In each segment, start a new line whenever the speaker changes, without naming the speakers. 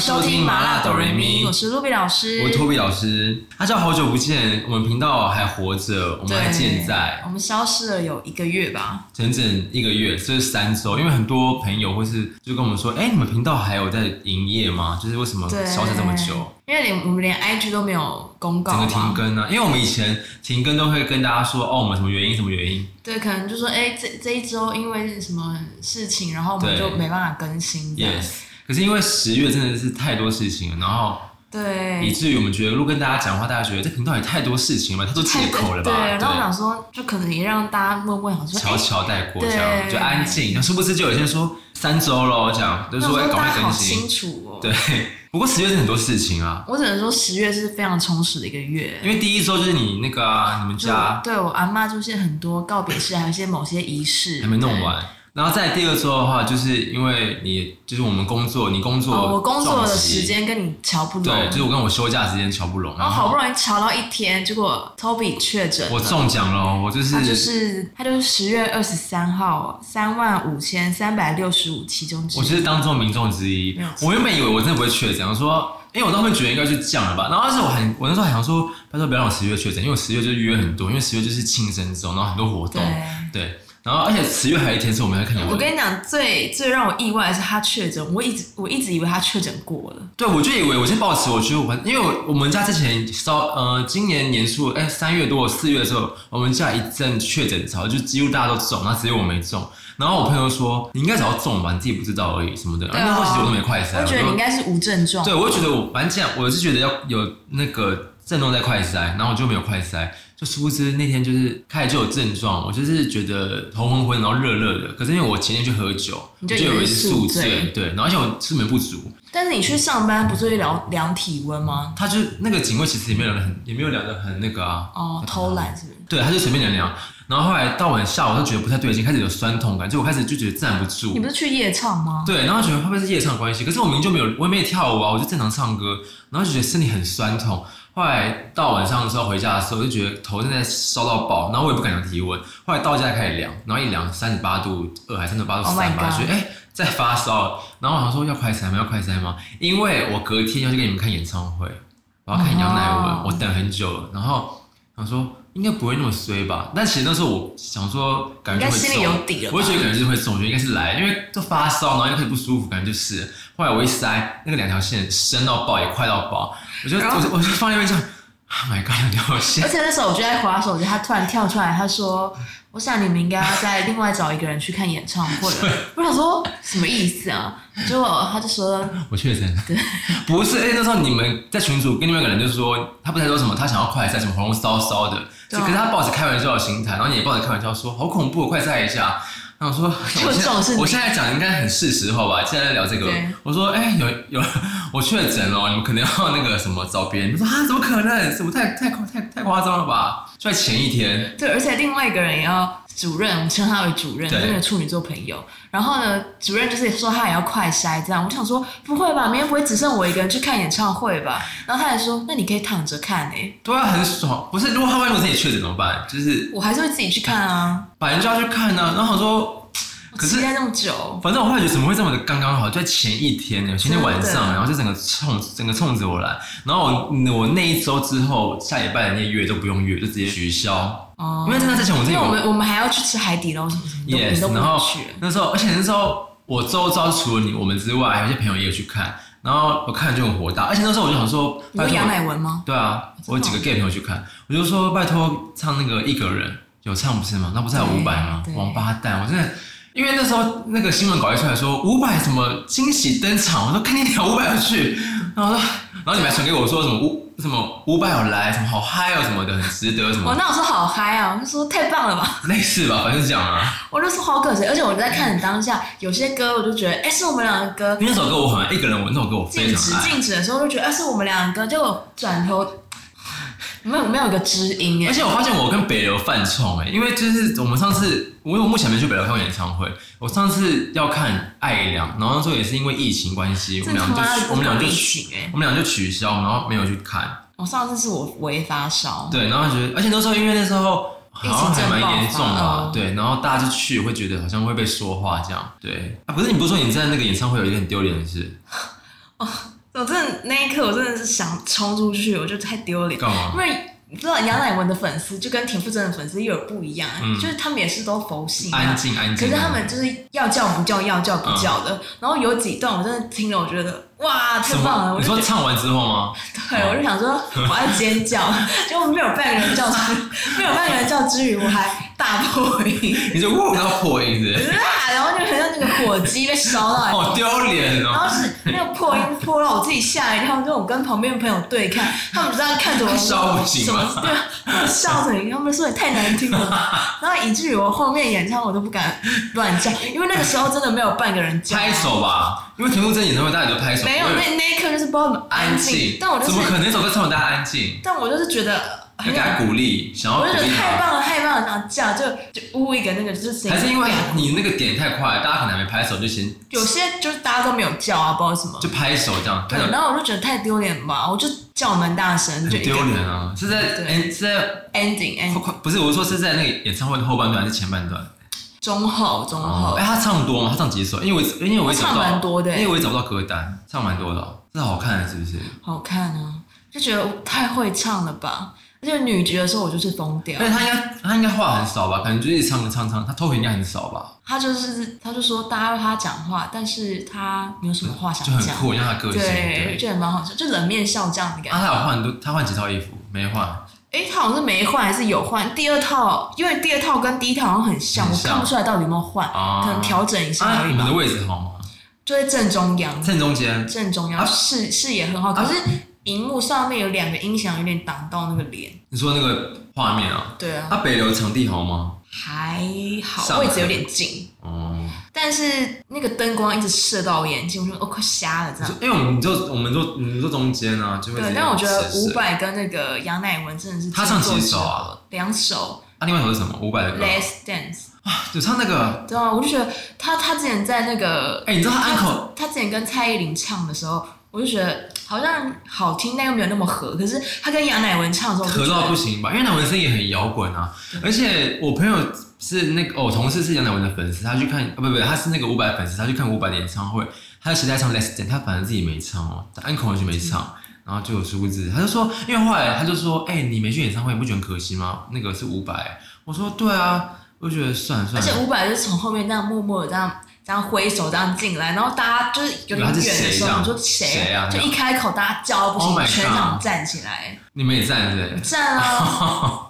收听麻辣哆瑞咪
我是露比老师，
我是托比老师，大家好久不见，我们频道还活着，我们还
对
健在，
我们消失了有一个月吧，
整整一个月，这、是三周。因为很多朋友或是就跟我们说，哎、你们频道还有在营业吗？就是为什么
对，
消失这么久？，
因为连我们连 IG 都没有公告
整
嘛
个停更啊呢、因为我们以前停更都会跟大家说，哦，我们什么原因，什么原因，
对，可能就说哎、这这一周因为什么事情，然后我们
对
就没办法更新这样
Yes，可是因为十月真的是太多事情了，然后以
对。
至于我们觉得，如果跟大家讲话，大家觉得这频道也太多事情了吧，他都
太
借口了
对，
吧？
然后我
对，
想说，就可能也让大家默默想说，
悄
哎
悄带过这样
对
就安静，然后殊不知就有些人说三周咯，这样就
那
是
我
说
说
要赶
大
快
家好
更新。
清楚哦。
对， 不过十月是很多事情啊，
我只能说十月是非常充实的一个月，
因为第一周就是你那个啊，你们
就
家
对我阿妈就是很多告别式，还有一些某些仪式
还没弄完。然后在第二周的话，就是因为你就是我们工作，你工作、
哦，我工作的时，间跟你瞧不拢，
对，就是我跟我休假时间瞧不拢。
然后好不容易瞧到一天，结果 Toby 确诊了
我中奖了，我就是
他就是他就是十月二十三号三万五千三百六十五其中之一
我就是当众民众之一
没有。
我原本以为我真的不会确诊，我说，因为我当时觉得应该去降了吧。然后但是我很，我那时候还想说，他说不要让我十月确诊，因为我十月就是约很多，因为十月就是庆生周，然后很多活动，对。然后而且十月还有一天是我们要看演
我
唱
跟
会，
你讲，最最让我意外的是他确诊，我一直我一直以为他确诊过了，
对我就以为我先保持，我觉得我因为我我们家之前稍呃今年年初哎三月多四月的时候，我们家一阵确诊潮，就几乎大家都中，然后只有我没中。然后我朋友说你应该早就中吧，你自己不知道而已什么的。
对啊
那时候其实我都没快筛，
我觉得
说
你应该是无症状，
对，我就觉得我反正这样，我是觉得要有那个症状在快筛，然后我就没有快筛，就殊不知那天就是开始就有症状，我就是觉得头昏昏，然后热热的。可是因为我前天去喝酒，
你就
我以
以为
为
是
是
宿
宿
醉
醉，对，然后而且我睡眠不足，
但是你去上班不是会量量体温吗？
他就是那个警卫其实也没有聊得很，也没有聊得很那个啊，
哦，偷懒是不是？
对，他就随便聊聊。然后后来到晚下午，我就觉得不太对劲，开始有酸痛感，就我开始就觉得站不住。
你不是去夜唱吗？
对，然后觉得会不会是夜唱的关系？可是我明明就没有，我也没有跳舞啊，我就正常唱歌，然后就觉得身体很酸痛。后来到晚上的时候回家的时候，就觉得头正在烧到爆，然后我也不敢量体温。后来到家开始量，然后一量三十八度二还三十八度
Oh my
三吧，
God
觉得哎、在发烧了。然后我想说要快塞吗？要快塞吗？因为我隔天要去给你们看演唱会，我要看杨乃文
哦
我等很久了。然后想说应该不会那么衰吧？但其实那时候我想说感觉
应该
会
心里
中
有底了吧
我就觉得可能是会中，我觉得应该是来，因为就发烧，然后又开始不舒服，感觉就是。后来我一塞，那个两条线深到爆，也快到爆，我就
然后
我就我就放那边这样，Oh my god，两条线
而。且那时候我就在划手机，他突然跳出来，他说：“我想你们应该要再另外找一个人去看演唱 会。”我想说什么意思啊？结果他就说
我确诊， 不是，哎、那时候你们在群组跟另外一个人就说，他不是在说什么，他想要快塞，什么喉咙烧烧的，
对啊
可是他抱着开玩笑的心态，然后你也抱着开玩笑说，好恐怖，快塞一下。然后我说，
就
我
这种
现
事情
我现在讲应该很是时候吧，现在在聊这个
对，
我说，哎、有有，我确诊了，你们可能要 那个什么找别人。他说啊，怎么可能？怎么太太夸太太夸张了吧？就在前一天，：“
对，而且另外一个人也要主任，我们称他为主任，
对
跟那个处女座朋友。然后呢，主任就是说他也要快筛这样。我想说不会吧，明天不会只剩我一个人去看演唱会吧？然后他还说：那你可以躺着看欸诶、
对啊，很爽。不是，如果他万一我自己确诊怎么办？就是
我还是会自己去看啊。
反正就要去看呢、啊。然后我说，
我
可是
期待那么久，
反正我后来觉得怎么会这么的刚刚好，就在前一天呢，前天晚
真
上，
的
然后就整个冲整个冲着我来，然后我我那一周之后，下礼拜的那些约都不用约，就直接取消，
哦、
因为在那之前我真
因
的
为
有
我们我们还要去吃海底捞什么什么的，你
yes，
都不
然后
能去。
那时候，而且那时候我周遭除了你我们之外，还有一些朋友也有去看，然后我看就很火大，而且那时候我就想说，
你说
拜托
杨乃文吗？
对啊，
真的哦
我有几个 gay 朋友去看，我就说拜托唱那个一个人有唱不是吗？那不是还有
对
五百吗
对？
王八蛋！我真的，因为那时候那个新闻稿一出来说五百什么惊喜登场，我说看你俩五百要去，然后我说，然后你们还传给我说什么五什么五百有来什么好嗨哦什么的，很值得什
我
么
哦那我说好嗨啊！我就说太棒了吧！
类似吧，反正是这样啊。
我就说好可惜，而且我在看你当下，有些歌我就觉得，哎、是我们两个歌
因为那首歌我很爱，一个人我那首歌我非
静止
常爱。
静止的时候，就觉得，哎、是我们两个歌，结果转头没有没有一个知音
而
哎，
且我发现我跟北流犯冲哎、因为就是我们上次，因为我目前没去北流看过演唱会，我上次要看艾良，然后那时候也是因为疫情关系，我
这
们俩就
妈
我们俩就
一起哎，
我们俩就取消，然后没有去看。
我上次是我我也发烧，
对，然后觉得，而且那时候因为那时候好像还蛮严重
疫情正爆发
啊
嗯，
对，然后大家就去会觉得好像会被说话这样，对啊，不是你不是说你在那个演唱会有一个很丢脸的事，
我我真的那一刻，我真的是想冲出去，我觉得太丢脸。
干
因
嘛？
为你知道杨乃文的粉丝就跟田馥甄的粉丝又有不一样，
嗯
就是他们也是都佛系嘛，
安静安
可
静。啊
是他们就是要叫不叫，要叫
嗯
不叫的。然后有几段我真的听了，我觉得哇，太
什
棒了！
么？
我
你
就
说嗯唱完之后吗？
对，我就想说我要尖叫，结果没有半个人叫 出，没有半个人叫之余，我还大破音，
你就哇，到破音
我
子，
就啊，然后就很像那个火鸡被烧到。
好丢脸
然
哦！
后是那个破音破到我自己吓一跳，就我跟旁边的朋友对看，他们就这样看着我，
笑不
什
行
么
吗
对，啊他们笑着，他们说也太难听了，然后以至于我后面演唱我都不敢乱叫，因为那个时候真的没有半个人叫。
拍手吧，因为田馥甄演唱会大家也都拍手，
没有，那那一刻就是不知道怎么
安
静
静，，
但我就
怎么可
是，
能那首歌唱完大家安静？
但我就是觉得
要
很
给
有，
他鼓励，想要
我
鼓
就觉得
励
太
他。
棒了，太棒了，然后叫就就呜一个那个就是谁
还是因为你那个点太快，大家可能还没拍手就先
有些就是大家都没有叫啊，不知道为什么
就。拍手这样，拍手
对，然后我就觉得太丢脸吧，我就叫蛮大声，
很
就一个
丢脸啊！是在
对哎
哎是在
ending ending
快快不是我是说是在那个演唱会的后半段还是前半段？
中后中后
哦，哎，他唱多吗？他唱几首？因为我因为我也找
唱
不
蛮
到，
多的欸、
因为我也找不到歌单，唱蛮多的哦，这好看是不是？
好看啊，就觉得太会唱了吧。而且女角的时候我就是疯掉
哎而，且他应该他应该话很少吧？可能就一直唱唱唱，他头发应该很少吧？
她就是她就说大家要她讲话，但是她没有什么话想
就很
讲，
酷，让他个性
对，
对。
就觉得蛮好笑，就冷面笑匠的感
啊，他
觉。
有换多，他换几套衣服？没换，
诶，她好像是没换还是有换？第二套，因为第二套跟第一套好像很像，
很
我
像
看不出来到底有没有换，
哦
可能调整一下
啊，
而
你
已
们
吧。
的位置好吗？
就在正中央，
正中间，
正中央
啊
视视野很好，可
啊
是荧幕上面有两个音响有点挡到那个脸。
你说那个画面啊，
对啊，
啊，北流场地好吗？
还好，
上
位置有点近，
哦，
但是那个灯光一直射到我眼睛，我说我、哦快瞎了这样。
就因为我们就我们就我们就中间啊，就会直
对，
接
但我觉得
吃
伍
水
佰跟那个杨乃文真的是
他唱几
天作
首
之
啊
合？两首
啊，另外一首是什么？伍佰的歌，
Last Dance，
就唱那个，
对啊，我就觉得他他之前在那个，
哎，你知道他安口
他他之前跟蔡依林唱的时候，我就觉得好像好听，但又没有那么合。可是他跟杨乃文唱的时候，我
咳
就觉
到
得
不行吧？因为乃文声音也很摇滚啊，而且我朋友是那个，哦我同事是杨乃文的粉丝，他去看，啊不不，他是那个伍佰粉丝，他去看伍佰的演唱会，他在时代唱 Let's Dance，他反正自己没唱哦，安可完全没
嗯
唱。然后就有殊不知，他就说，因为后来他就说，哎、你没去演唱会，你不觉得很可惜吗？那个是伍佰，我说对啊，我就觉得算了
而
算
且
了，
伍佰就是从后面这样默默的这样这样挥手这样进来，然后大家就是有点远的时候，你说谁
谁啊
就一开口，大家叫到不行
Oh my
全场站起来，
你们也站着、
站啊！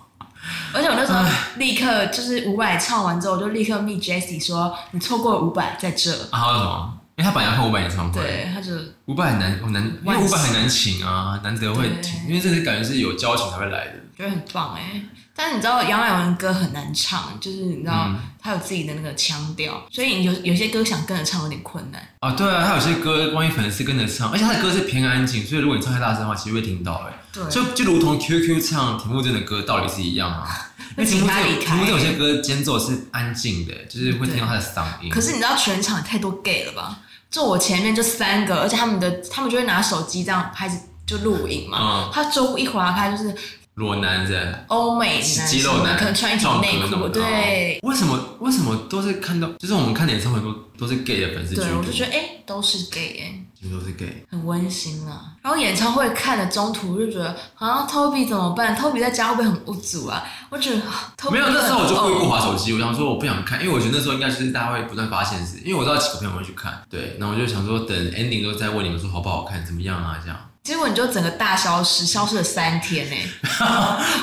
而且我那时候立刻就是伍佰唱完之后，我就立刻密 Jessie 说：“你错过了伍佰在这。
啊，还有什么？因为他本来要看伍佰演唱”会，
对，他就
伍佰很难，很难，因为伍佰很难请啊，难得会请，
对
因为这是感觉是有交情才会来的。
觉得很棒哎、但是你知道杨乃文的歌很难唱，就是你知道、他有自己的那个腔调，所以有有些歌想跟着唱有点困难。
啊，对啊，他有些歌关于粉丝跟着唱，而且他的歌是偏安静，所以如果你唱太大声的话，其实会听到哎、
对，
就就如同 QQ 唱田馥甄的歌道理是一样啊。 因为田馥
请他
甄
离
有
开
田馥甄有些歌间奏是安静的、就是会听到他的嗓音。
可是你知道全场也太多 gay 了吧？就我前面就三个，而且他们的他们就会拿手机这样拍着就录影嘛。
嗯
他周一划开就是 Oh
裸男人、
欧美男，
肌肉男，
可能穿一条内
壮哥那
裤，
种的嗯
对。。
为什么为什么都是看到，就是我们看演唱会都都是 gay 的粉丝居多，
对，我就觉得哎、都是 gay 哎、
全都是 gay。
很温馨啊。然后演唱会看的中途就觉得啊，Toby 怎么办？Toby 在家会不会很无助啊？我觉得啊 Toby
没有，那时候我就故意不
哦
划手机，我想说我不想看，因为我觉得那时候应该就是大家会不断发现是，因为我知道几个朋友会去看，对，然后我就想说等 ending 之后再问你们说好不好看，怎么样啊这样。
结果你就整个大消失，消失了三天呢、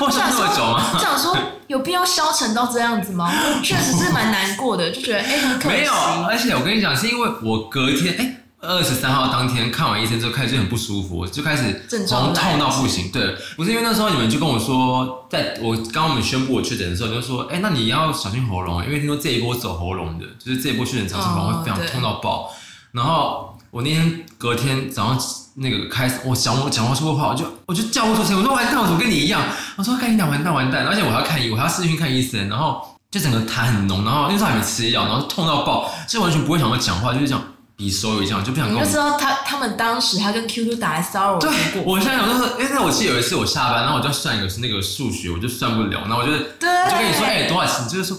我想那么久吗？
我想说，有必要消沉到这样子吗？确实是蛮难过的，就觉得哎、很可惜。
没有，而且我跟你讲，是因为我隔天哎。二十三号当天看完医生之后，开始就很不舒服，我就开始
症状
红
来了
痛到不行。对，不是因为那时候你们就跟我说，在我刚刚我们宣布我确诊的时候，你就说，哎、那你要小心喉咙，因为听说这一波走喉咙的，就是这一波确诊长什喉咙会非
哦
常
对
痛到爆。然后我那天隔天早上那个开始，我讲我讲不出话，我就我就叫不出声，我说完蛋，我怎么跟你一样？我说干你俩完蛋完蛋，而且我还要看医，我还要视讯看医生，然后就整个痰很浓，然后那时候还没吃药，然后痛到爆，就完全不会想要讲话，就是这样比手语这样，就不想
你
跟我
就知道他他们当时他跟 QQ 打来骚扰我
对
的过，
我现在有那时候，因为我记得有一次我下班，然后我就要算一个是那个数学，我就算不了，然后我就
对，
我就跟你说，哎、多少钱？你就是说，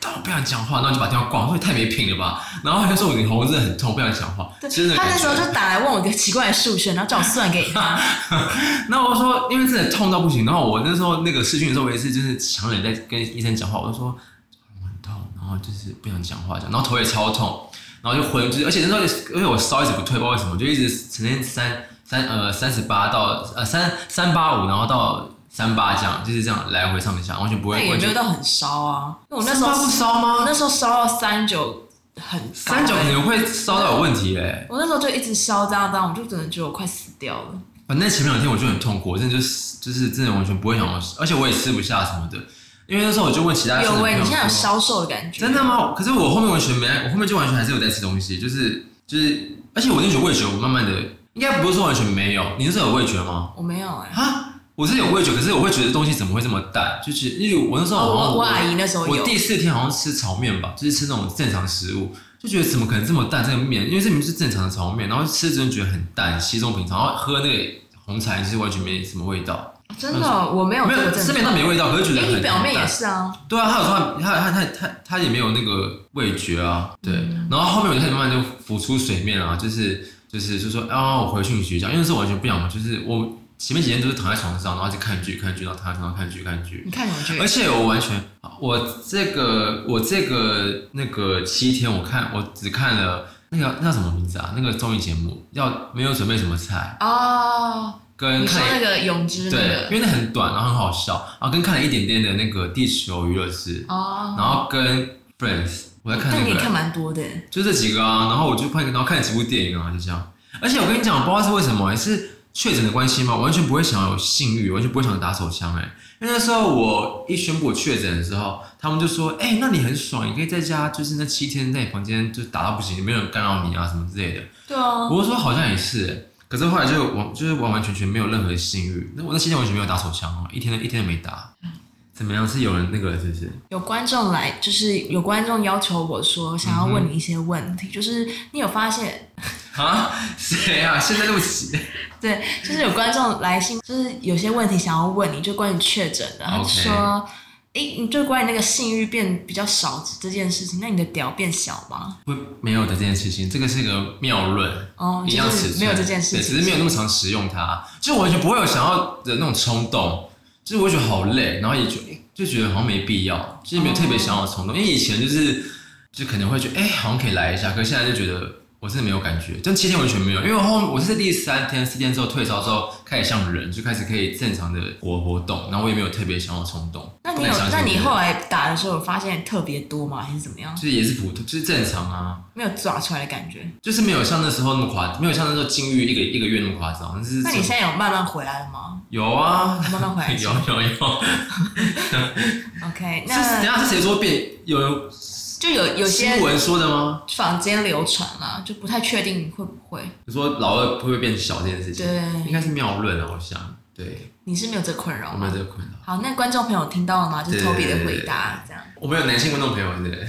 但我不想讲话，然后就把电话挂，我说你太没品了吧。然后他就说我喉咙真的很痛，不想讲话。其实
对，他那
感
时候
觉
就打来问我一个奇怪的数学，然后叫我算给啊他。
那我说，因为真的痛到不行。然后我那时候那个试训的时候，我也是就是强忍在跟医生讲话，我就说我很痛，然后就是不想讲话这样，然后头也超痛，然后就昏，就是而且那时候也因为我烧一直不退，不知道为什么，就一直呈现三三呃三十八到呃三三八五，然后到三八这样，就是这样来回上下，完全不
那
会。
也
完
没
全
有到很烧啊，因为我那时
三八
候
不烧
我
吗？
那时候烧到三九很高
三九可
欸
能会烧到有问题嘞、
我那时候就一直烧这样这样，我就真的觉得我快死掉了。
反正前面两天我就很痛苦，我真的就是就是真的完全不会想要，而且我也吃不下什么的。因为那时候我就问其他
有
生的
喂、
朋友
你现在有
说
消瘦的感觉？
真的？吗？可是我后面完全没，我后面就完全还是有在吃东西，就是就是，而且我那觉得味觉我慢慢的，应该不是说完全没有，你那时候有味觉吗？
我没有哎、
啊，我是有味觉，可是我会觉得东西怎么会这么淡？就是因为我那时候
哦，
好像
我我阿姨那时候
我
有，
第四天好像吃炒面吧，就是吃那种正常食物，就觉得怎么可能这么淡这个面？因为这明明是正常的炒面，然后吃真的觉得很淡，稀松平常，然后喝那个红茶就是完全没什么味道，
真的哦、我没有
没
这
有
个
吃
症
面倒
状。
没味道，可是觉得
哎、
很
你表
很
妹也
淡
是啊，
对啊，他有说他他他他他也没有那个味觉啊，对。
嗯
然后后面我就开始慢慢就浮出水面啊，就是就是就说啊，我回讯息这样，因为那时候完全不想，就是我前面几天都是躺在床上，然后就看剧看剧，然后躺在床上看剧看剧。
你看什么剧
而？且我完全，我这个我这个那个七天，我看我只看了那个那叫什么名字啊？那个综艺节目要没有准备什么菜，
哦，
跟
你说
看了
那个泳姿
嗯
那
对，
个
因为那很短，然后很好笑，然后跟看了一点点的那个地球娱乐室，
哦，
然后跟 Friends，我在看
但你
那
也看
个，
蛮多的欸，
就这几个啊，然后我就看，然后看几部电影啊，就这样。而且我跟你讲，我不知道是为什么、是确诊的关系吗？我完全不会想要有性欲，完全不会想打手枪哎、因为那时候我一宣布我确诊的时候，他们就说：“哎、那你很爽，你可以在家，就是那七天在你房间就打到不行，没有人干扰你啊什么之类的。
对啊”，
我就说好像也是、欸，可是后来就完就是完完全全没有任何性欲。那我那七天完全没有打手枪哦、一天都一天都没打。
嗯
怎么样？是有人那个是不是？
有观众来，就是有观众要求我说，想要问你一些问题，就是你有发现，
啊？ 谁啊？现在录起。
对，就是有观众来信，就是有些问题想要问你，就关于确诊的，他就
OK
说，诶、你就关于那个性欲变比较少这件事情，那你的屌变小吗？
会没有的这件事情，这个是个妙论，
哦，
一
就
样尺
是
寸，
没有这件事
对
情，
只是没有那么常使用它，就完全不会有想要的那种冲动，就是我会觉得好累，然后也觉得就觉得好像没必要，就是没有特别想要的
哦
冲动，因为以前就是就可能会觉得哎、好像可以来一下，可是现在就觉得。我真的没有感觉，但七天完全没有，因为我后我是第三天、四天之后退烧之后，开始像人，就开始可以正常的活活动，然后我也没有特别想要冲动。
那
不
你
敢
有
相，信
那你
我
后来打的时候有发现特别多吗？还是怎么样？
就是也是普通，就是正常啊，
没有抓出来的感觉？
就是没有像那时候那么夸，没有像那时候禁欲一个一个月那么夸张。就是
那你现在有慢慢回来了吗？
有啊，
慢慢回来
有有有。
？OK，
是等一
那
下是谁说变？有人
就有有些
新闻说的吗？
坊间流传啦，就不太确定会不会。
你说老二会不会变小这件事情？应
对，
该是妙论啊，我想。对，
你是没有这困扰
我没有
吗？
这个困扰。
好，那观众朋友听到了吗？就是
对
Toby 的回答，这样。
我们有男性观众朋友是不是？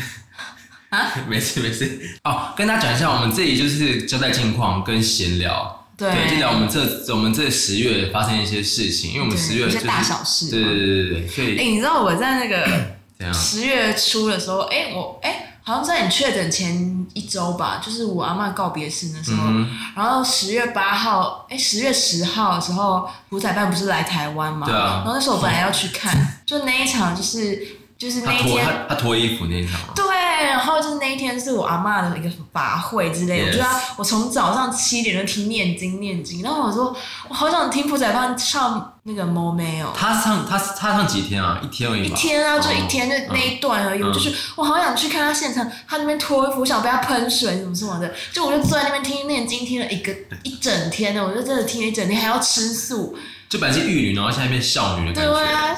啊，
没事没事。哦，跟大家讲一下，我们这里就是交代近况跟闲聊，对，就聊我们这我们这十月发生一些事情，因为我们
对
十月
一
就
些
是
大小事。
对对对对对，所
哎，
以
你知道我在那个
怎样？
十月初的时候，哎，我哎，好像在你确诊前一周吧，就是我阿嬷告别式那时
嗯
候，
哼。
然后十月八号，哎，十月十号的时候，虎仔办不是来台湾嘛？
对啊
然后那时候我本来要去看，就那一场就是就是那
他
一
脱
天，
他他脱衣服那一场吗，
对，然后就是那一天是我阿嬷的一个法会之类的，我
Yes
觉得我从早上七点就听念经念经，然后我说我好想听虎仔办唱那个《猫没有》。
他上他他上几天啊？一天而已哦
一
吧。
天啊，就一天，就那一段而已。
嗯
我就是我好想去看他现场，他那边脱衣服，我想被他喷水什么什么的。就我就坐在那边听念经，听了一个一整天的，我就真的听了一整天，还要吃素。
就本来是玉女，然后现在变少女的
对
感觉。
啊，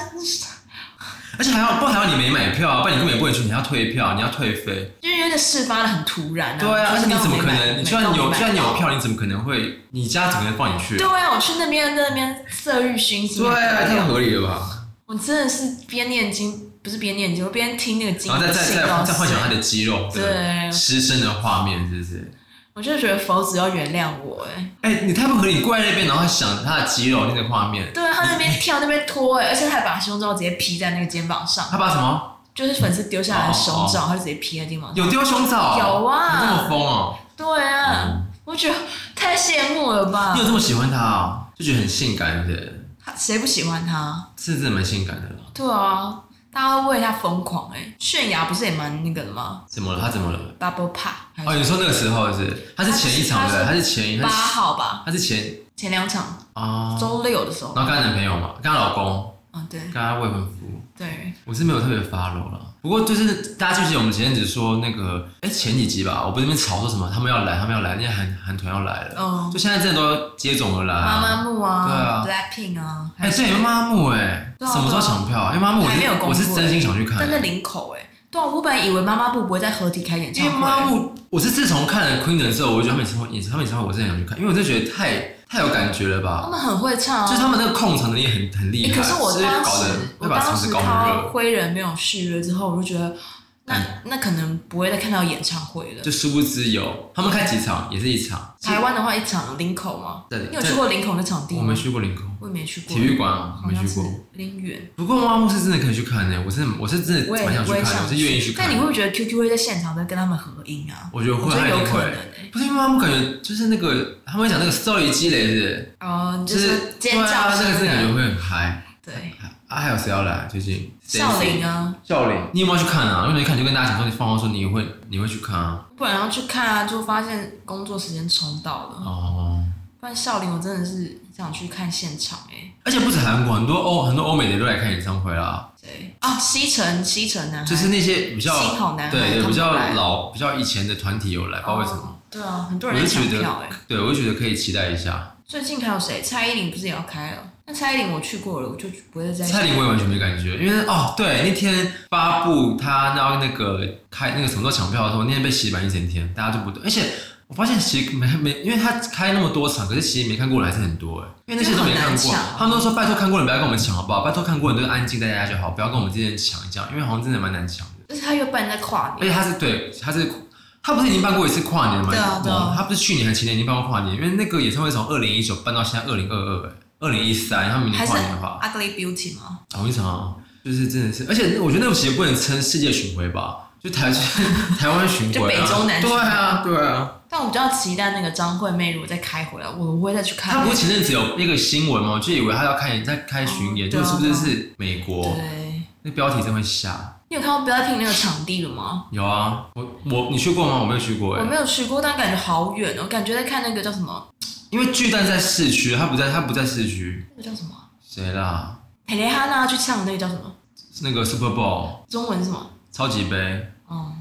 而且还要不然还要你没买票啊，不然你根本也不能去，你要退票，你要退费。
因为那个事发的很突然啊。
对啊，而
就是
且你怎么可
刚好没买
能？你就算有就算你有。
没买到
票，你怎么可能会？你家怎么能放你去？
对啊，我去那边在那边色欲熏心。
对啊，太合理了吧？
我真的是边念经，不是边念经，我边听那个经，
然后再再
信
再
到
再幻想他
死
的肌肉，
对
失身的画面，是不是？
我就觉得佛子要原谅我哎、
哎、你太不合理！你跪在那边，然后想他的肌肉那个画面，
对啊，他那边跳那边拖哎、而且他还把胸罩直接披在那个肩膀上，
他把什么？
就是粉丝丢下来的手
哦
掌，他就直接劈在地板上。
有丢胸罩？
有啊
你这么疯哦、
对啊，我觉得太羡慕了吧
你有？这么喜欢他哦、就觉得很性感，对不对？
他谁不喜欢他？
是真的蛮性感的。
对啊，大家会为他疯狂哎、泫雅不是也蛮那个的吗
怎么了？他怎么了？
？Bubble Pop
哦，你说那个时候是？他是前一场的，他
他
是前一，
八
他是
号吧，
他是前
前两场
哦，
周六的时候，
然后跟他男朋友嘛，跟他老公，
啊对
跟他未婚夫，
对，
我是没有特别 follow 了。不过就是大家记不记得我们前阵子说那个，哎、前几集吧，我不是那边吵说什么他们要来，他们要来，那些韩韩团要来了，
嗯，
就现在真的都接踵而来、
妈
啊。
妈木啊
对
，Blackpink 啊，
哎、
还
对，妈木哎、
对啊
什么时候抢票啊？因为妈木我
还没有公
是
布
我是真心想去看、
站在林口哎、对啊，我本来以为妈妈木不会在合体开演
因
唱
为
会、
妈木，我是自从看了 Queen 的时候，我就觉得他们演唱会演唱他们演唱会我真的想去看，因为我真的觉得太太有感觉了
他
吧，
们很会唱啊
就是。他们那个控场能力很很厉
欸
害，
可是我
所以
当
搞得
时，
会
我
把
当
场
时
子
看
搞很
到
热，
灰人没有续约之后，我就觉得那那可能不会再看到演唱会
嗯
了
就。殊不知有他们开几场也是一场，
台湾的话，一场林口吗？
对
你有去过林口那场地
我
吗？
没去过领空。
我也没去过。
体育馆啊
好像
没去过
是林园，
不过妈木是真的可以去看呢、我真的我是真的
我也
蛮想去
我也
看的，
想
我是愿意去看
但
的。
你会不会觉得 QQ 会在现场在跟他们合音啊？
我觉得
我
会，
觉得
他一
有
定
可
会
能欸诶。
不是因为妈木感觉就是那个他们讲那个 story 积累是
哦，你
不是，
就
就是
尖
对
叫
啊，那
声
个是感觉会很嗨。
对，
啊，还有谁要来啊？最近
笑林
啊，
啊，
笑林，你有没有去看啊？因为你看就跟大家讲说，你放话说你会你会去看啊。
不然要去看啊，就发现工作时间冲到了。
哦，
不然笑林，我真的是想去看现场哎、
而且不止韩国，很多欧很多欧美的都来看演唱会啦，
对啊，西城西城男孩
就是那些比较
新好男孩
对对
他们
比较
都来
老比较以前的团体有来，不知道为什么。
哦对啊，很多
我
人
就
在抢
觉
票
得
哎、，
对，我就觉得可以期待一下。
最近还有谁？蔡依林不是也要开了？那蔡依林我去过了，我就不会再
蔡依林我也完全没感觉，因为哦，对，那天发布他然后那个开那个什么时候抢票的时候，那天被洗版一整天，大家就不对，而且我发现其实没没，因为他开那么多场，可是其实没看过的还是很多
啊
哎，因为那些都没看
就
过
很难抢，
他们都说拜托看过的不要跟我们抢好不好？拜托看过的就安静在家就好，不要跟我们之间抢这样，因为好像真的蛮难抢的，
而且他又办在跨
而且
年，
他是对他是。他不是已经办过一次跨年吗？
对啊对啊
他不是去年还前年已经办过跨年，因为那个演唱会从二零一九办到现在二零二二，哎二零一三，他们明
还
年
是
哎跨年的话，
Ugly Beauty 吗？
同一场啊，就是真的是，而且我觉得那个其实不能称世界巡回吧，就台 台湾巡回、啊，
就北中南巡
对
回
啊，对啊。
但我比较期待那个张惠妹如果再开回来，我不会再去看。
他不是前阵子有那个新闻吗？我就以为他要开演，在开巡演，
哦
就是
对啊
是不是是美国？
对，
那标题真会吓。
你有看过 Blackpink 那个场地了吗？
有啊，我我你去过吗？我没有去过哎、
我没有去过，但感觉好远哦，感觉在看那个叫什么？
因为巨蛋在市区，他不在，他不在市区。
那个叫什么啊？
谁啦？
蕾蕾哈娜去唱的那个叫什么？
那个 Super Bowl
中文是什么？
超级杯
哦，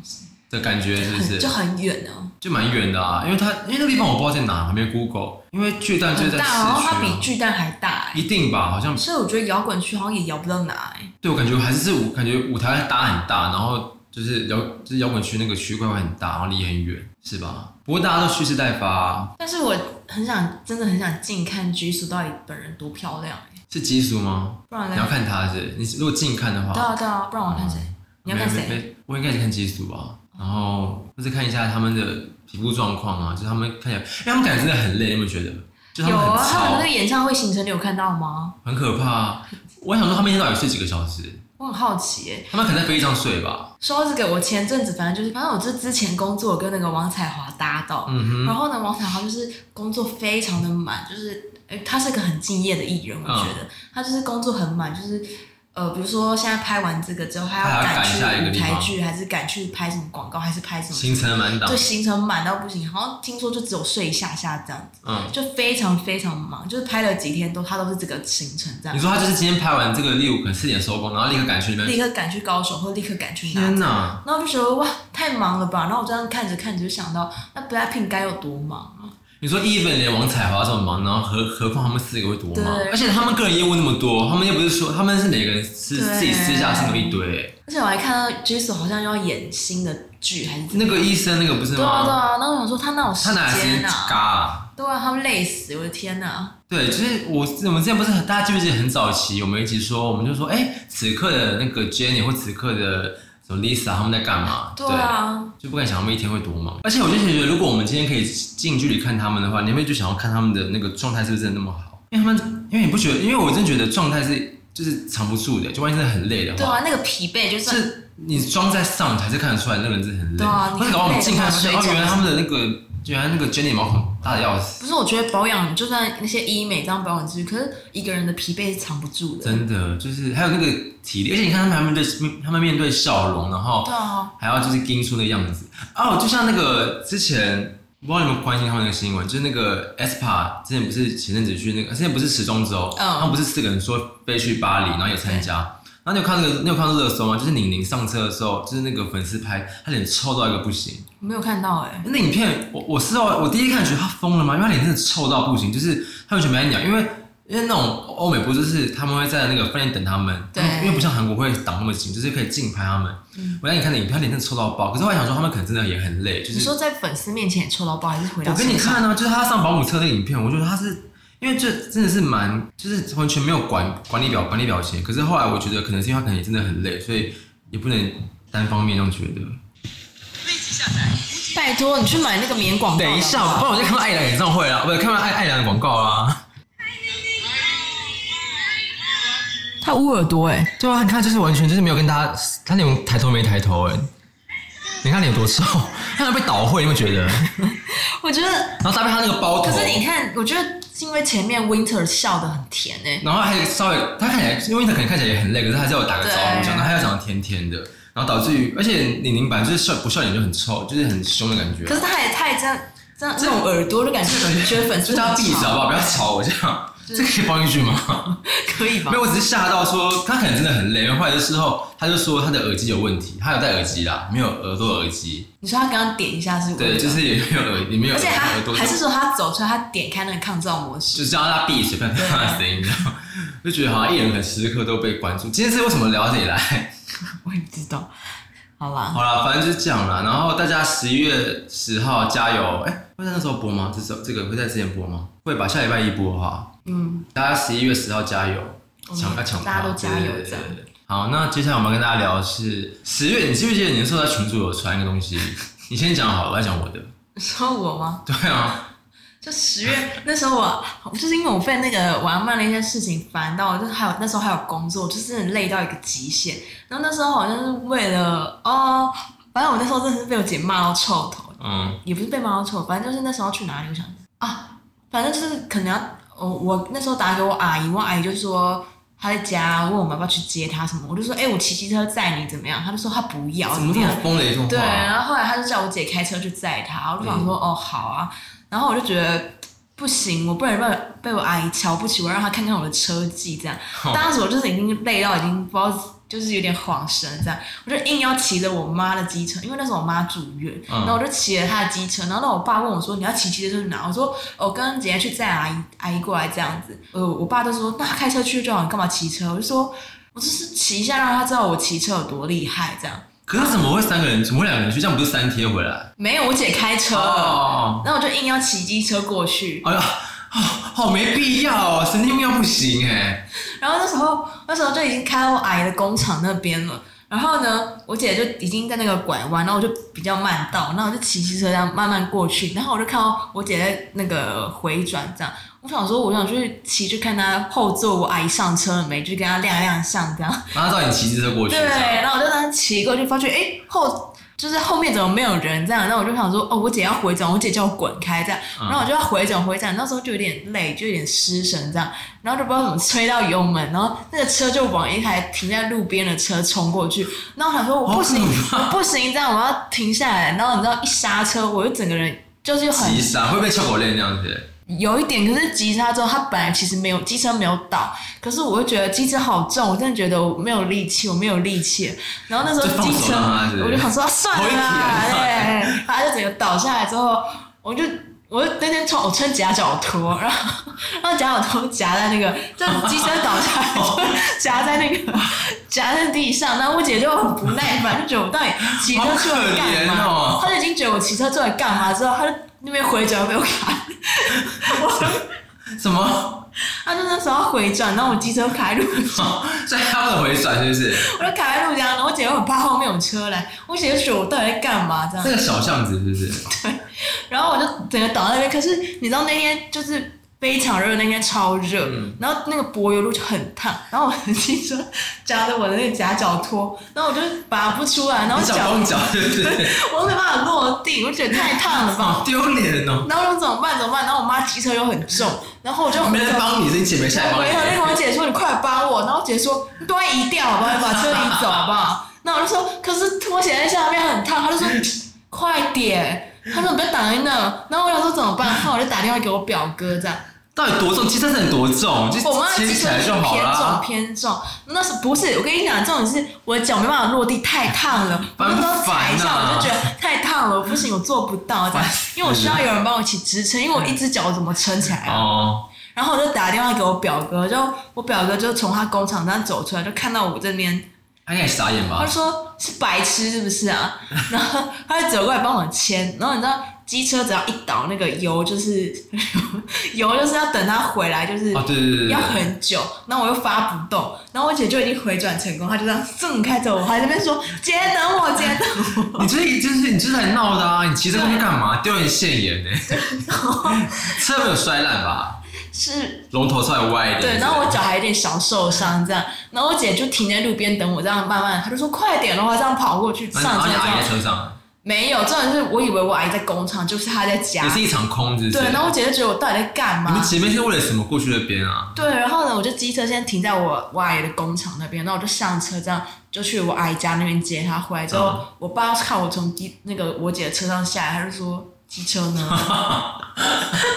的感觉是不是
很 就？很远呢、
就蛮远的啊，因为他因为那个地方我不知道在哪，还没 Google。因为巨蛋就是
很
在市区、
大，然
啊
后，它比巨蛋还大哎、
一定吧？好像
所以我觉得摇滚区好像也摇不到哪哎、
对我感觉还是舞，感觉舞台搭很大，然后就是摇就是摇滚区那个区块会很大，然后离很远，是吧？不过大家都蓄势待发、啊
但是我很想，真的很想近看拘束到底本人多漂亮哎、
是激素吗？
不然
你要
嘞？
看他是你如果近看的
对
话，
啊对啊，不然我看谁？你要看
没
谁？？
没我应该是看激素吧，然后或者看一下他们的皮肤状况啊，就是他们看起来，因为他们感觉真的很累，你有没有觉得？就他
有
们很
啊，他们
吵，
那个演唱会行程你有看到吗？
很可怕、我想说他们一天到底睡几个小时？
我很好奇哎、
他们可能在飞机上睡吧？
说到这个，我前阵子反正就是，反正我这之前工作我跟那个王彩华搭到，
嗯
然后呢，王彩华就是工作非常的满，就是呃他是个很敬业的艺人，我
嗯
觉得、他就是工作很满，就是呃，比如说现在拍完这个之后，他
他还
要
要赶
去
下一个
舞
地
台
方
剧，还是赶去拍什么广告，还是拍什
哼，
么，
行程满档
就，行程满到不行，好像听说就只有睡一下下这样子，
嗯。
就非常非常忙，就是拍了几天都他都是这个行程这样
你，说他就是今天拍完这个六，可能四点收工，然后立刻赶去那边。
立刻赶去高手或立刻赶去哪
天哪！
然后我就觉得哇，太忙了吧。然后我这样看着看着就想到，那 Blackpink 该有多忙啊？
你说 even 连王彩华这么忙，然后何何况他们四个会多忙？
对
而且他们个人业务那么多，他们又不是说他们是每个人是
对
自己私下是那么一堆。
而且我还看到 Jisoo 好像要演新的剧，还是怎么
那
样
个医生那个不是
对啊对
吗？
啊。然后我想说他哪有时
他哪来时间
间
嘎、
啊？
啊？
对啊，他们累死，我的天哪、
对，就是我我们之前不是很大家记不记得很早期我们一起说，我们就说哎、此刻的那个 Jenny 或此刻的什么 Lisa 他们在干嘛？
对啊，
就不敢想他们一天会多忙。而且我就觉得，如果我们今天可以近距离看他们的话，你会就想要看他们的那个状态是不是真的那么好？因为他们，因为你不觉得？因为我真的觉得状态是就是藏不住的，就万一真的很累的
对啊
话，
啊，那个疲惫就是
你装在上台是看得出来那个人真的很累，
对啊
或者搞不好你近看发现
你
哦
看，他
原来
水肿
他们的那个原来那个 Jenny 毛孔大的要死，
不是，我觉得保养就算那些医美这样保养进去，可是一个人的疲惫是藏不住的。
真的就是还有那个体力，而且你看他们还面对他们面对笑容，然后
对啊，
还要就是盯出那样子哦，就像那个之前不知道你们关心他们那个新闻，就是那个 SPA 之前不是前阵子去那个，之前不是时钟周，
嗯
他们不是四个人说飞去巴黎，然后也参加。然后你有看那个，你有看到热搜吗？就是宁宁上车的时候，就是那个粉丝拍，她脸臭到一个不行。
我没有看到哎、
那影片，我我是要我第一看觉得他疯了吗？因为他脸真的臭到不行，就是他完全没在鸟，因为因为那种欧美不就是他们会在那个饭店等他们，
对
他们因为不像韩国会挡那么紧，就是可以近拍他们。
嗯
我让你看的影片，他脸真的臭到爆，可是我还想说他们可能真的也很累，就
你
是
说在粉丝面前也臭到爆，还是回到
我给你
线上
看呢、就是他上保姆车的影片，我觉得他是。因为这真的是蛮，就是完全没有管管理表管理表情。可是后来我觉得，可能是因为他可能也真的很累，所以也不能单方面这样觉得。
拜托，你去买那个棉广告。
等一下，不然我就看到艾兰演唱会了，啊不是看到艾艾兰的广告啊啦。
他捂耳朵哎、
对啊，你看，就是完全就是没有跟大家，他连抬头没抬头哎，你看脸有多瘦，他像被倒会，你会觉得？然
我觉得，
后搭配他那个包头，
可是你看，我觉得是因为前面 Winter 笑得很甜哎、
然后还稍微他看起来，因为他可能看起来也很累，可是他还是有打个招呼
对
这样，然后他又长得甜甜的，然后导致于，而且李宁版就是笑不笑脸就很臭，就是很凶的感觉
可。是他也太这样这样这种耳朵，就感觉觉得粉丝
就叫他
很
闭
吵
嘴好不好？不要吵我这样，
就
这
是
可以放进去吗？
可以吧
没？有，我只是吓到说他可能真的很累，然后后来的时候他就说他的耳机有问题，他有戴耳机啦，没有耳朵耳机，
你说他刚刚点一下是不
对，就是也没有耳，也没有
啊而且
耳
他
朵。
还是说他走出来，他点开那个抗噪模式，
就是要让他闭嘴，不要听他的声音，然后就觉得好像艺人很时刻都被关注。今天是为什么聊起 来？
我也不知道。好吧，
好了，反正就是这样啦。然后大家十一月十号加油！哎、会在那时候播吗？这首这个会在之前播吗？会吧，下礼拜一播哈。
嗯，
大家十一月十号加油，
嗯
抢要抢票
大家都加油
对对
这样
对对对好，那接下来我们要跟大家聊的是十月，你记不记得你那时候在群组有传一个东 西？你先讲好了，我来讲我的。
你说我吗？
对啊，
就十月那时候我，就是因为我被那个玩慢的一些事情烦到，就是还有那时候还有工作，就是累到一个极限。然后那时候好像是为了哦，反正我那时候真的是被我姐骂到臭头，
嗯，
也不是被骂到臭，反正就是那时候去哪里，我想啊，反正就是可能要，我我那时候打给我阿姨，我阿姨就说她在家，问我们要不要去接她什么，我就说，哎、我骑机车载你怎么样？她就说她不要，
怎
怎
么
么
这么
样？
疯的一段
对，啊
话？
然后后来她就叫我姐开车去载她，我就想说，
嗯
哦，好啊，然后我就觉得。不行，我不能被被我阿姨瞧不起，我让她看看我的车技这样。
哦
当时我就是已经累到已经不知道，就是有点恍神这样，我就硬要骑着我妈的机车，因为那时候我妈住院，
嗯
然后我就骑了她的机车，然后让我爸问我说你要骑机车去哪？我说我跟姐姐去载阿姨阿姨过来这样子，呃，我爸就说那开车去就好，你干嘛骑车？我就说我就是骑一下让他知道我骑车有多厉害这样。
可是怎么会三个人？怎么会两个人去？这样不是三贴回来？
没有，我姐开车，
哦
然后我就硬要骑机车过去，
哎呀，好好没必要哦，神经病又不行哎、
然后那时候那时候就已经开到我阿姨的工厂那边了。然后呢，我姐就已经在那个拐弯，然后我就比较慢到，然后我就骑机车这样慢慢过去。然后我就看到我姐在那个回转这样，我想说我想去骑去看她后座，我阿姨上车了没，就跟她亮亮相这样。
然后照你骑机车过去，哦
对，
这样
然后我就当时骑过去，发觉哎后就是后面怎么没有人这样，然后我就想说哦，我姐要回转，我姐叫我滚开这样，
嗯
然后我就要回转回转，那时候就有点累，就有点失神这样，然后就不知道怎么吹到油门，然后那个车就往一台停在路边的车冲过去，然后我想说我 不行，
好可
我不行这样，我要停下来，然后你知道一刹车，我就整个人就是很
急刹会被翘狗链这样子。
有一点，可是急刹之后，它本来其实没有机车没有倒，可是我就觉得机车好重，我真的觉得我没有力气，我没有力气。然后那时
就
候
放手
机车
让它是，不是
我就想说啊算了啦，
头一天
对，它就整个倒下来之后，我就我就那天穿我穿夹脚拖，然后然后夹脚拖夹在那个，就机车倒下来就夹在那个夹在地上，然后我姐就很不耐烦，就觉得我到底骑车出来干
好可
嘛？
怜哦
她就已经觉得我骑车出来干嘛之后，她就那边回转被 我卡。我
什么？
他就那时候回转，然后我机车卡在路上，
所以他不能回转，是不是？
我就卡在路上，然后我姐又很怕后面有车来，我姐就觉得我到底在干嘛
嗯
这样
这，个小巷子是不是？
然后我就整个倒在那边。可是你知道那天就是非常热，那天超热，
嗯
然后那个柏油路就很烫，然后我的汽车夹着我的那个夹脚拖，然后我就拔不出来，然后
你脚
脚
光脚，对不对？
我没办法落地，我觉得太烫了吧
好。丢脸哦！
然后我怎么办？怎么办？然后我妈机车又很重，然后我就
没人帮你，是你姐妹下来帮
没有，那
你。
个我姐说你快帮我，然后我姐说你都要移掉好不好？你把车移走好不好？那我就说可是拖鞋在下面很烫，她 就说快点，她说你不要挡在那。然后我想说怎么办？后来我就打电话给我表哥这样，
到底多重？机车能多重？就
我妈的
牵
机
起
车
来
是
就好
偏重
啦。
偏重，那是不是？我跟你讲，重点是我的脚没办法落地，太烫 了，我
烦
那
不
时候踩一下
烦啊
我就觉得太烫了，我不行，我做不到这
烦
样
死，
因为我需要有人帮我一起支撑，因为我一只脚怎么撑起来啊？
哦，
然后我就打电话给我表哥，就我表哥就从他工厂那走出来，就看到我这边，
他应该也傻眼
他
吧
就？说是白痴是不是啊？然后他就走过来帮我牵，然后你知道机车只要一倒，那个油就是 油就是要等它回来，就是
哦，对对对对
要
对，
很久，然后我又发不动，然后我姐就已经回转成功，她就这样正开着我，还在那边说姐等我，姐等 我。
你这就是你这才闹的啊！你骑这后面干 嘛？丢人现眼呢？车没有摔烂吧？
是
龙头稍微歪一点。
对，然后我脚还有点小受伤，这样，然后我姐就停在路边等我，这样慢慢，她就说快点的话，这样跑过去上
然后
车
你
这
阿姨
样
在。车上，
没有，重点是我以为我阿姨在工厂，就是她在家
也。是一场空，是不是？
啊对，然后我姐就觉得我到底在干
你
嘛
们？前面是为了什么过去那边啊？
对，然后呢，我就机车先停在我我阿姨的工厂那边，然后我就上车，这样就去我阿姨家那边接她。回来之后，我爸看我从机那个我姐的车上下来，他就说机车呢？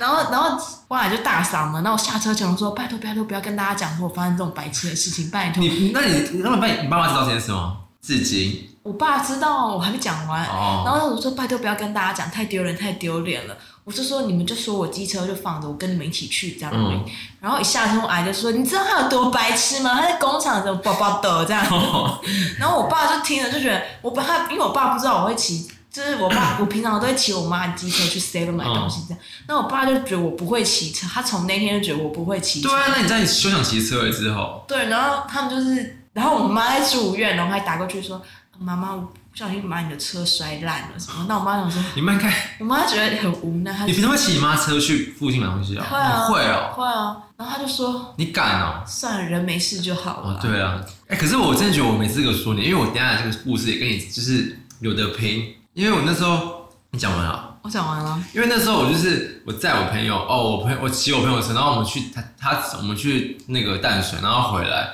然后然后我阿姨就大嗓门，然后我下车前我说拜托拜托不要跟大家讲说我发生这种白痴的事情，拜托。
你那你那么你爸妈知道这件事吗？至今
我爸知道我还没讲完，然
哦，
后我说拜托不要跟大家讲，太丢人太丢脸了。我就说你们就说我机车就放着，我跟你们一起去这样。
嗯
然后一下车，我阿姨就说：“你知道他有多白痴吗？他在工厂怎么叭叭的这样。
哦
然后我爸就听了就觉得，我爸他因为我爸不知道我会骑，就是我爸我平常都会骑我妈的机车去 seven 买东西这
嗯
样。那我爸就觉得我不会骑车，他从那天就觉得我不会骑车
对。啊，那你在休想骑车了之后，
对，然后他们就是，然后我妈在住院，然后还打过去说：“妈妈，我不小心把你的车摔烂了什么。”那我妈想说。
你们看，
我妈觉得很无奈，她
你
就
平常会骑你妈车去附近买东西啊？
会啊，
你会哦，
会啊。然后她就说
你敢哦？：“
算了，人没事就好了。
哦，对啊，哎、可是我真的觉得我没资格说你，因为我等一下这个故事也跟你就是有得拼，因为我那时候你讲完了。
我讲完了。
因为那时候我就是我载我朋友哦，我朋友我骑我朋友车，然后我们去他他我们去那个淡水，然后回来，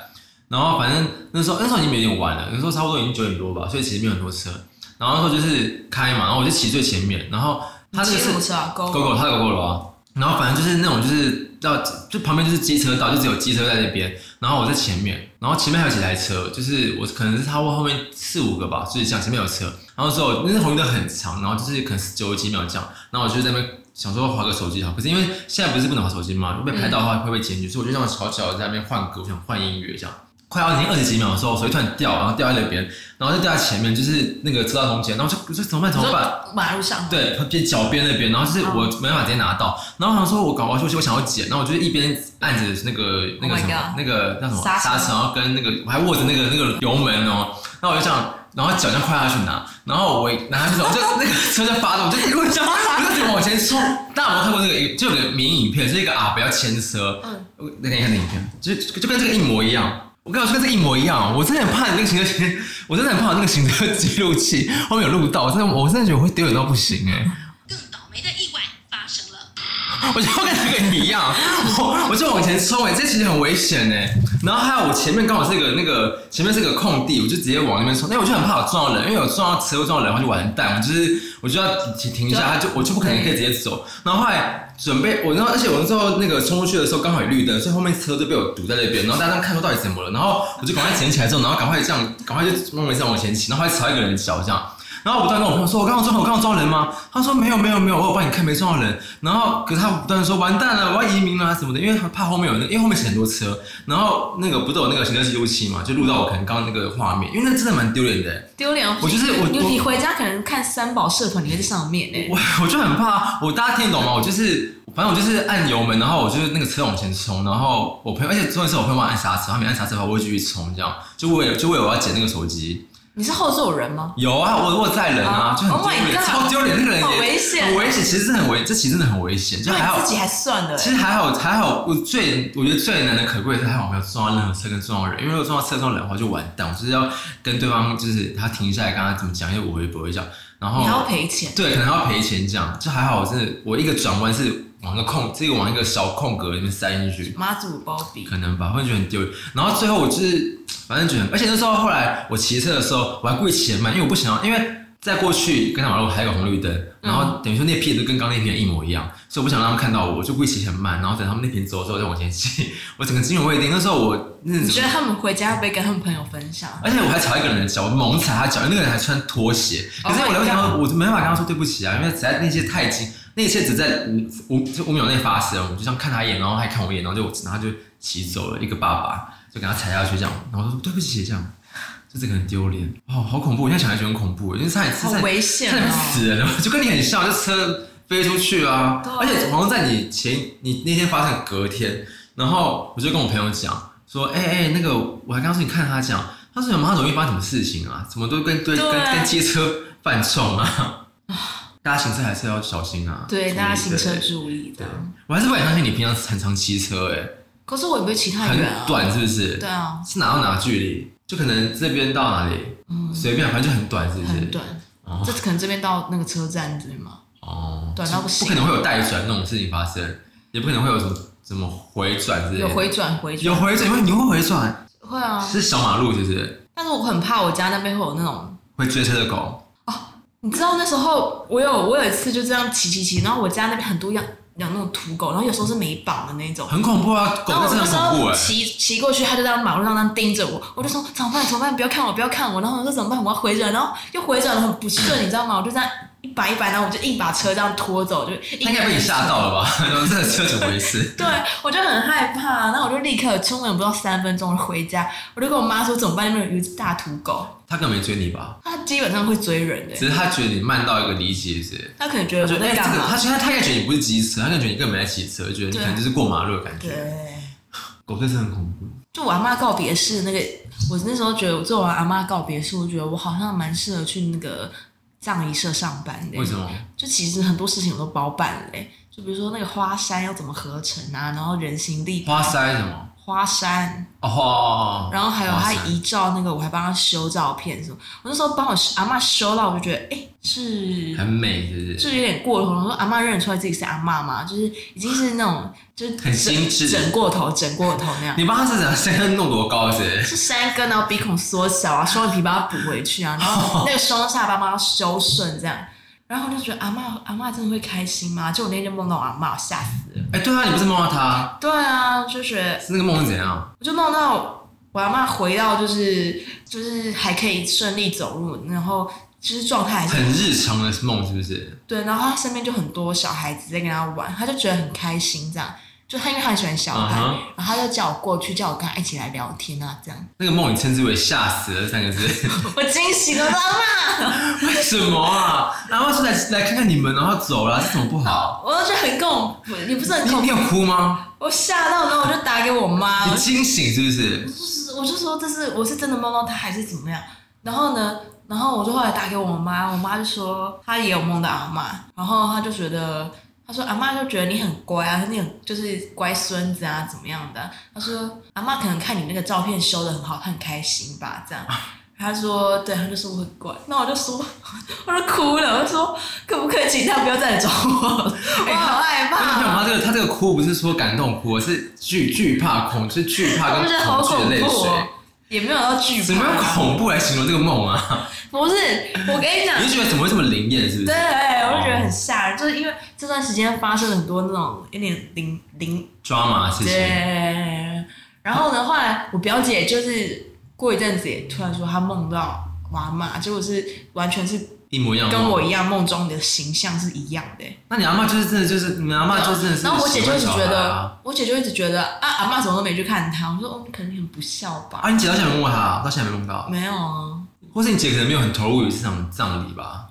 然后反正那时候那时候已经有点晚了，那时候差不多已经九点多吧，所以其实没有很多车。然后那时候就是开嘛，然后我就骑最前面，然后他这
骑
个是
什么车啊？
狗狗，他的狗狗了啊。然后反正就是那种就是到就旁边就是机车道，就只有机车在那边，然后我在前面，然后前面还有几台车，就是我可能是差不多后面四五个吧，就是像前面有车，然后之后那红绿灯很长，然后就是可能九十几秒这样，然后我就在那边想说划个手机好，可是因为现在不是不能划手机嘛，如果被拍到的
嗯
话会被检举，所以我就这样悄悄地在那边换歌，我想换音乐这样。快要已经二十几秒的时候，手机突然掉，然后掉在那边，然后就掉在前面，就是那个车道中间，然后就我说怎么办怎
你
么办？
说马路上？
对，边脚边那边，然后就是
嗯
我没办法直接拿到，然后我想说我搞不好休息，我想要捡，然后我就一边按着那个那个
Oh my
什么、
God
那个叫什么
刹车
车，然后跟那个我还握着那个那个油门哦，然后我就这样，然后脚就快要去拿，然后我拿下去的时候，我就 那个车就发动，我就一路这样，我就怎么往前冲。大家有没有看过那个就有个迷你影片，就是一个阿伯要牵车，
嗯，
我那个看那影片，就就就跟这个一模一样。我跟你说跟这个一模一样，哦我真的很怕你那个行车记， 我真的很怕那个行车记录器后面有录到，我真的我真的觉得我会丢脸到不行哎、
更倒霉的意外发生了。
我就跟那个一样，我我就往前冲哎、这其实很危险哎、然后还有我前面刚好是个那个前面是个空地，我就直接往那边冲，那我就很怕我撞到人，因为我撞到车我撞到人，然后就完蛋，我就是我就要停停下，他就我就不可能可以直接走。然后后来准备我，然后而且我那时候那个冲出去的时候刚好有绿灯，所以后面车就被我堵在那边，然后大家都看说到底怎么了，然后我就赶快捡起来之后，然后赶快这样赶快就慢慢这样往前骑，然后还踩到一个人的脚这样。然后我不断跟我朋友说：“我刚刚撞人，我刚刚撞人吗？”他说：“没有，没有，没有，我有帮你看没撞到人。”然后可是他不断地说：“完蛋了，我要移民了、啊、什么的，因为他怕后面有人，因为后面是很多车。”然后那个不是有那个行车记录器嘛，就录到我可能刚刚那个画面，因为那真的蛮丢脸的、
丢脸。哦
我就是我
你
我
你回家可能看三宝社团，你会在上面欸呢。
我我就很怕，我大家听得懂吗？我就是，反正我就是按油门，然后我就是那个车往前冲，然后我朋友，而且重点是我朋友帮我按刹车，他没按刹车的话，我会继续冲，这样就为了就为了我要捡那个手机。
你是后座人吗？
有啊，我我载人啊，
啊
就很
Oh my
丢脸，
God
超丢脸，那个人也
好危险
很危险，其实是很危，这其实真的很危险，就
那
还好
你自己还算了、
其
欸，
实还好，还好，我最我觉得最难能可贵的是还好我没有撞到任何车跟撞到人，因为如果撞到车撞到人的话就完蛋，我就是要跟对方就是他停下来跟他怎么讲，因为我会不会讲，然后
你还要赔钱。
对，可能要赔钱这样，就还好，我是我一个转弯是往一个空，这个往一个小空格里面塞进去，
妈祖包庇，
可能吧，会觉得很丢脸。然后最后我就是，反正觉得，而且那时候后来我骑车的时候，我还故意骑得慢，因为我不想要，因为在过去跟他马路还有个红绿灯，然后等于说那批人都跟刚那批人一模一样，所以我不想让他们看到我，我就故意骑很慢，然后等他们那批人走之后再往前骑。 我整个惊魂未定，那时候我那
你
怎
觉
么？
得他们回家会不会跟他们朋友分享？
而且我还踩到一个人的脚，我猛踩他脚，因为那个人还穿拖鞋。可是
Oh my
我聊天，我没办法跟他说对不起啊，因为实在那些太近，那些只在五五就五秒内发生，我就这样看他一眼，然后他还看我一眼，然后就我然后他就骑走了，一个爸爸就给他踩下去这样，然后我就说对不起这样，就这个很丢脸哦，好恐怖！我现在想来觉得很恐怖，因为差点
好
差点
危
差
险
点
哦！
死人了，就跟你很像，就车飞出去啊
对，
而且好像在你前你那天发生的隔天，然后我就跟我朋友讲说，哎、哎、那个我还刚说你看他讲，他说你妈容易发生什么事情啊？怎么都跟对
对啊
跟跟街车犯冲啊？ 大家行车还是要小心啊！
对，大家行车
对
注意的
对。，我还是不敢相信你平常很常骑车、
可是我也不会骑
哎，
太
很
远啊。
短是不是？
对啊，
是哪到哪距离？就可能这边到哪里，
嗯，
随便，反正就很短，是不
很
是？
短。
哦
这可能这边到那个车站对吗？
哦，
短到不行
可能会有带转那种事情发生，也不可能会有什么什么回转之类的。
有回转，回
有
转
回转，因为你会回转，
会啊。
是小马路，是不是？
但是我很怕我家那边会有那种，
会追车的狗，
你知道那时候我有我有一次就这样骑骑骑，然后我家那边很多养养那种土狗，然后有时候是没绑的那种。
很恐怖啊！狗
然后我
真
那
的
时
很恐怖
候
哎、
骑骑过去，他就在马路上那样盯着我，我就说怎么办怎么办，不要看我不要看我，然后我说怎么办我要回转，然后又回转的很不顺，你知道吗？我就这样一把一把，然后我就硬把车这样拖走，就
他
应
应该被你吓到了 吧？这个车怎么回事？
对，啊我就很害怕，那我就立刻出门不到三分钟回家，我就跟我妈说怎么办？那边有一只大土狗，
他根本没追你吧？
它基本上会追人的、
只是他觉得你慢到一个离解，是不是？
它可能觉
他
得
觉
我
得哎、
在干
这个，他
嘛？
觉得他应该觉得你不是机车，他感觉得你根本没在骑车，觉得你
对
可能就是过马路的感觉。
对，
狗真的很恐怖。
就我阿妈告别式那个，我那时候觉得我做完阿妈告别式，我觉得我好像蛮适合去那个葬仪社上班的。
为什？么？
就其实很多事情我都包办了、欸，就比如说那个花山要怎么合成啊，然后人形立
花塞什么？
花山，
哦哦哦，哦
然后还有他
花山
遗照那个，我还帮他修照片什么。我那时候帮我阿妈修到，我就觉得，哎，是
很美，是不？
就是是有点过头了。我说阿妈认得出来自己是阿妈嘛，就是已经是那种就是
很精致
整整过头、整过头那样。
你帮他是怎样？身高弄多高是不是？
是山根，然后鼻孔缩小啊，双眼皮把它补回去啊，然后那个双下巴帮它修顺这样。然后我就觉得啊阿嬷阿嬷真的会开心吗？就我那天就梦到我阿嬷，我吓死了。
哎、对啊，你不是梦到他？
对啊，就觉得
那个梦是怎样？
我就梦到我阿嬷回到就是就是还可以顺利走路，然后就是状态还是
很日常的梦是不是？
对，然后她身边就很多小孩子在跟她玩，她就觉得很开心这样。就她因为她很喜欢小孩
嗯哼
然后她就叫我过去，叫我跟她一起来聊天啊，这样。
那个梦你称之为“吓死了”三个 字，
我惊喜了，我说阿嬷
为什么啊？然后是来来看看你们，然后走了，这怎么不好？
我就觉得很恐怖，也不是很
你
恐
你
怖，
有哭吗？
我吓到，然后我就打给我妈，我
你
就
惊醒是不是？
是我就说这是我是真的梦到她还是怎么样？然后呢，然后我就后来打给我妈，我妈就说她也有梦到阿妈，然后她就觉得。她说：“阿妈就觉得你很乖啊，你很就是乖孙子啊，怎么样的啊、她说：“阿妈可能看你那个照片修的很好，她很开心吧？”这样，她说：“对。”她就说我很乖。那我就说，我就哭了，我就说：“ 可不可以请她不要再来找我了？我好啊害
我
怕。”
想他这个他这个哭不是说感动哭，而是惧惧怕恐，是惧怕
我
跟
就觉得好
恐惧
恐
的泪
怖、哦
水。，
也没有到惧
怎么用
怕。
恐怖来形容这个梦啊？
不是，我跟你讲
你，就觉得怎么会这么灵验？是不
对，
是？
我就觉得很吓人，就是因为这段时间发生很多那种有点灵灵
抓马事情，
对。然后呢，后来我表姐就是过一阵子也突然说她梦到妈妈，结果是完全是
一模一样的
跟
梦。
我一样梦中的形象是一样的、
那你阿妈就是真的就是你阿妈就真的是喜
然
欢
后
小孩啊。
我姐就一直觉得，我姐就一直觉得啊，阿妈怎么都没去看她。我说哦，你肯定很不孝吧？
啊，你姐到现在没问他，到现在没梦到。
没有啊，
或是你姐可能没有很投入于这场葬礼吧，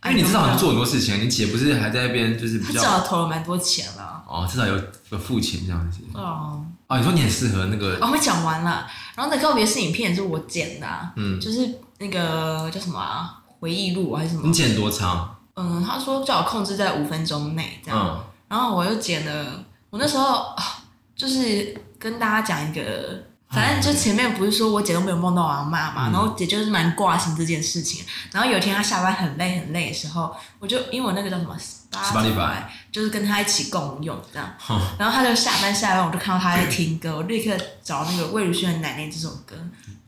啊
因为你至
哎
少你做很多事情，你姐不是还在那边就是
她
比
至
较
少投了蛮多钱了。
哦，至少有有付钱这样子。
哦，
哦，你说你很适合那个，
我们讲完了，然后那告别式影片也是我剪的、啊，
嗯，
就是那个叫什么啊，回忆录还是什
你
么？
剪多长？
嗯，他说叫我控制在五分钟内这样。
嗯，
然后我又剪了，我那时候啊就是跟大家讲一个，反正就前面不是说我姐都没有梦到我阿妈嘛，
嗯
然后我姐就是蛮挂心这件事情。然后有一天她下班很累很累的时候，我就因为我那个叫什么
Spotify
就是跟她一起共用这样。
哼，
然后她就下班下来，我就看到她在听歌，我立刻找那个魏如萱的《奶奶》这首歌。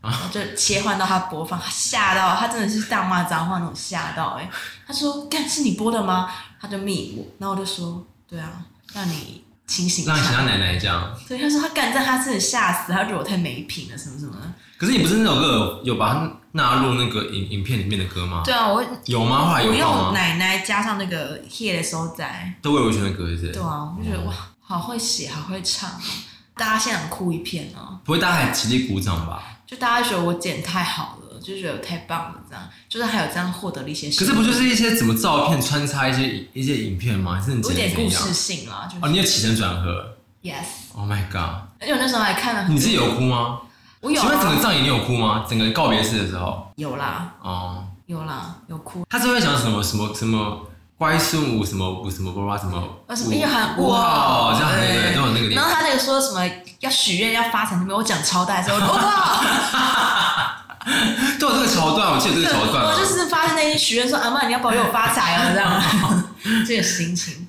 然后就切换到她播放，吓到她真的是大骂脏话那种吓到哎、欸他说：“干是你播的吗？”他就密我，然后我就说：“对啊，让你清醒一
让你想
下。
到奶奶这样。”
对，他说他干这，他真的吓死，他觉得我太没品了，什么什么的。
可是你不是那首歌有有把它纳入那个影影片里面的歌吗？
对啊，我
有吗？后来有
我
放
用
吗？
奶奶加上那个 here 的收在，
都魏如萱的歌是不是？
对啊，我就觉得哇，好会写，好会唱哦，大家现场哭一片哦，
不会大家还极力鼓掌吧？
就大家觉得我剪太好了，就觉得我太棒了，这样，就是还有这样获得了一些。
可是不就？是一些什么照片穿插一些一些影片吗？还是你
有
剪
点
的怎
故
样？
事性啦，就是、
哦，你有起承转合。
yes，
Oh my god！
而且我那时候还看了很，
你自己有哭吗？
我有
请问整
啊
个，葬礼你有哭吗？整个告别式的时候？
有啦，
哦，
有啦，有哭，
他是会讲什么什么什么乖孙舞什么舞什么哇什么
啊什么一喊
舞哇，
哇
这样那个
对
都有那个
然后他那个说什么要许愿要发财那边，我讲超 大声，我说哇，
都有这个桥段，我记得这个桥段啊。
我就是发现那些许愿说阿妈你要保佑我发财哦，这样，这个心情。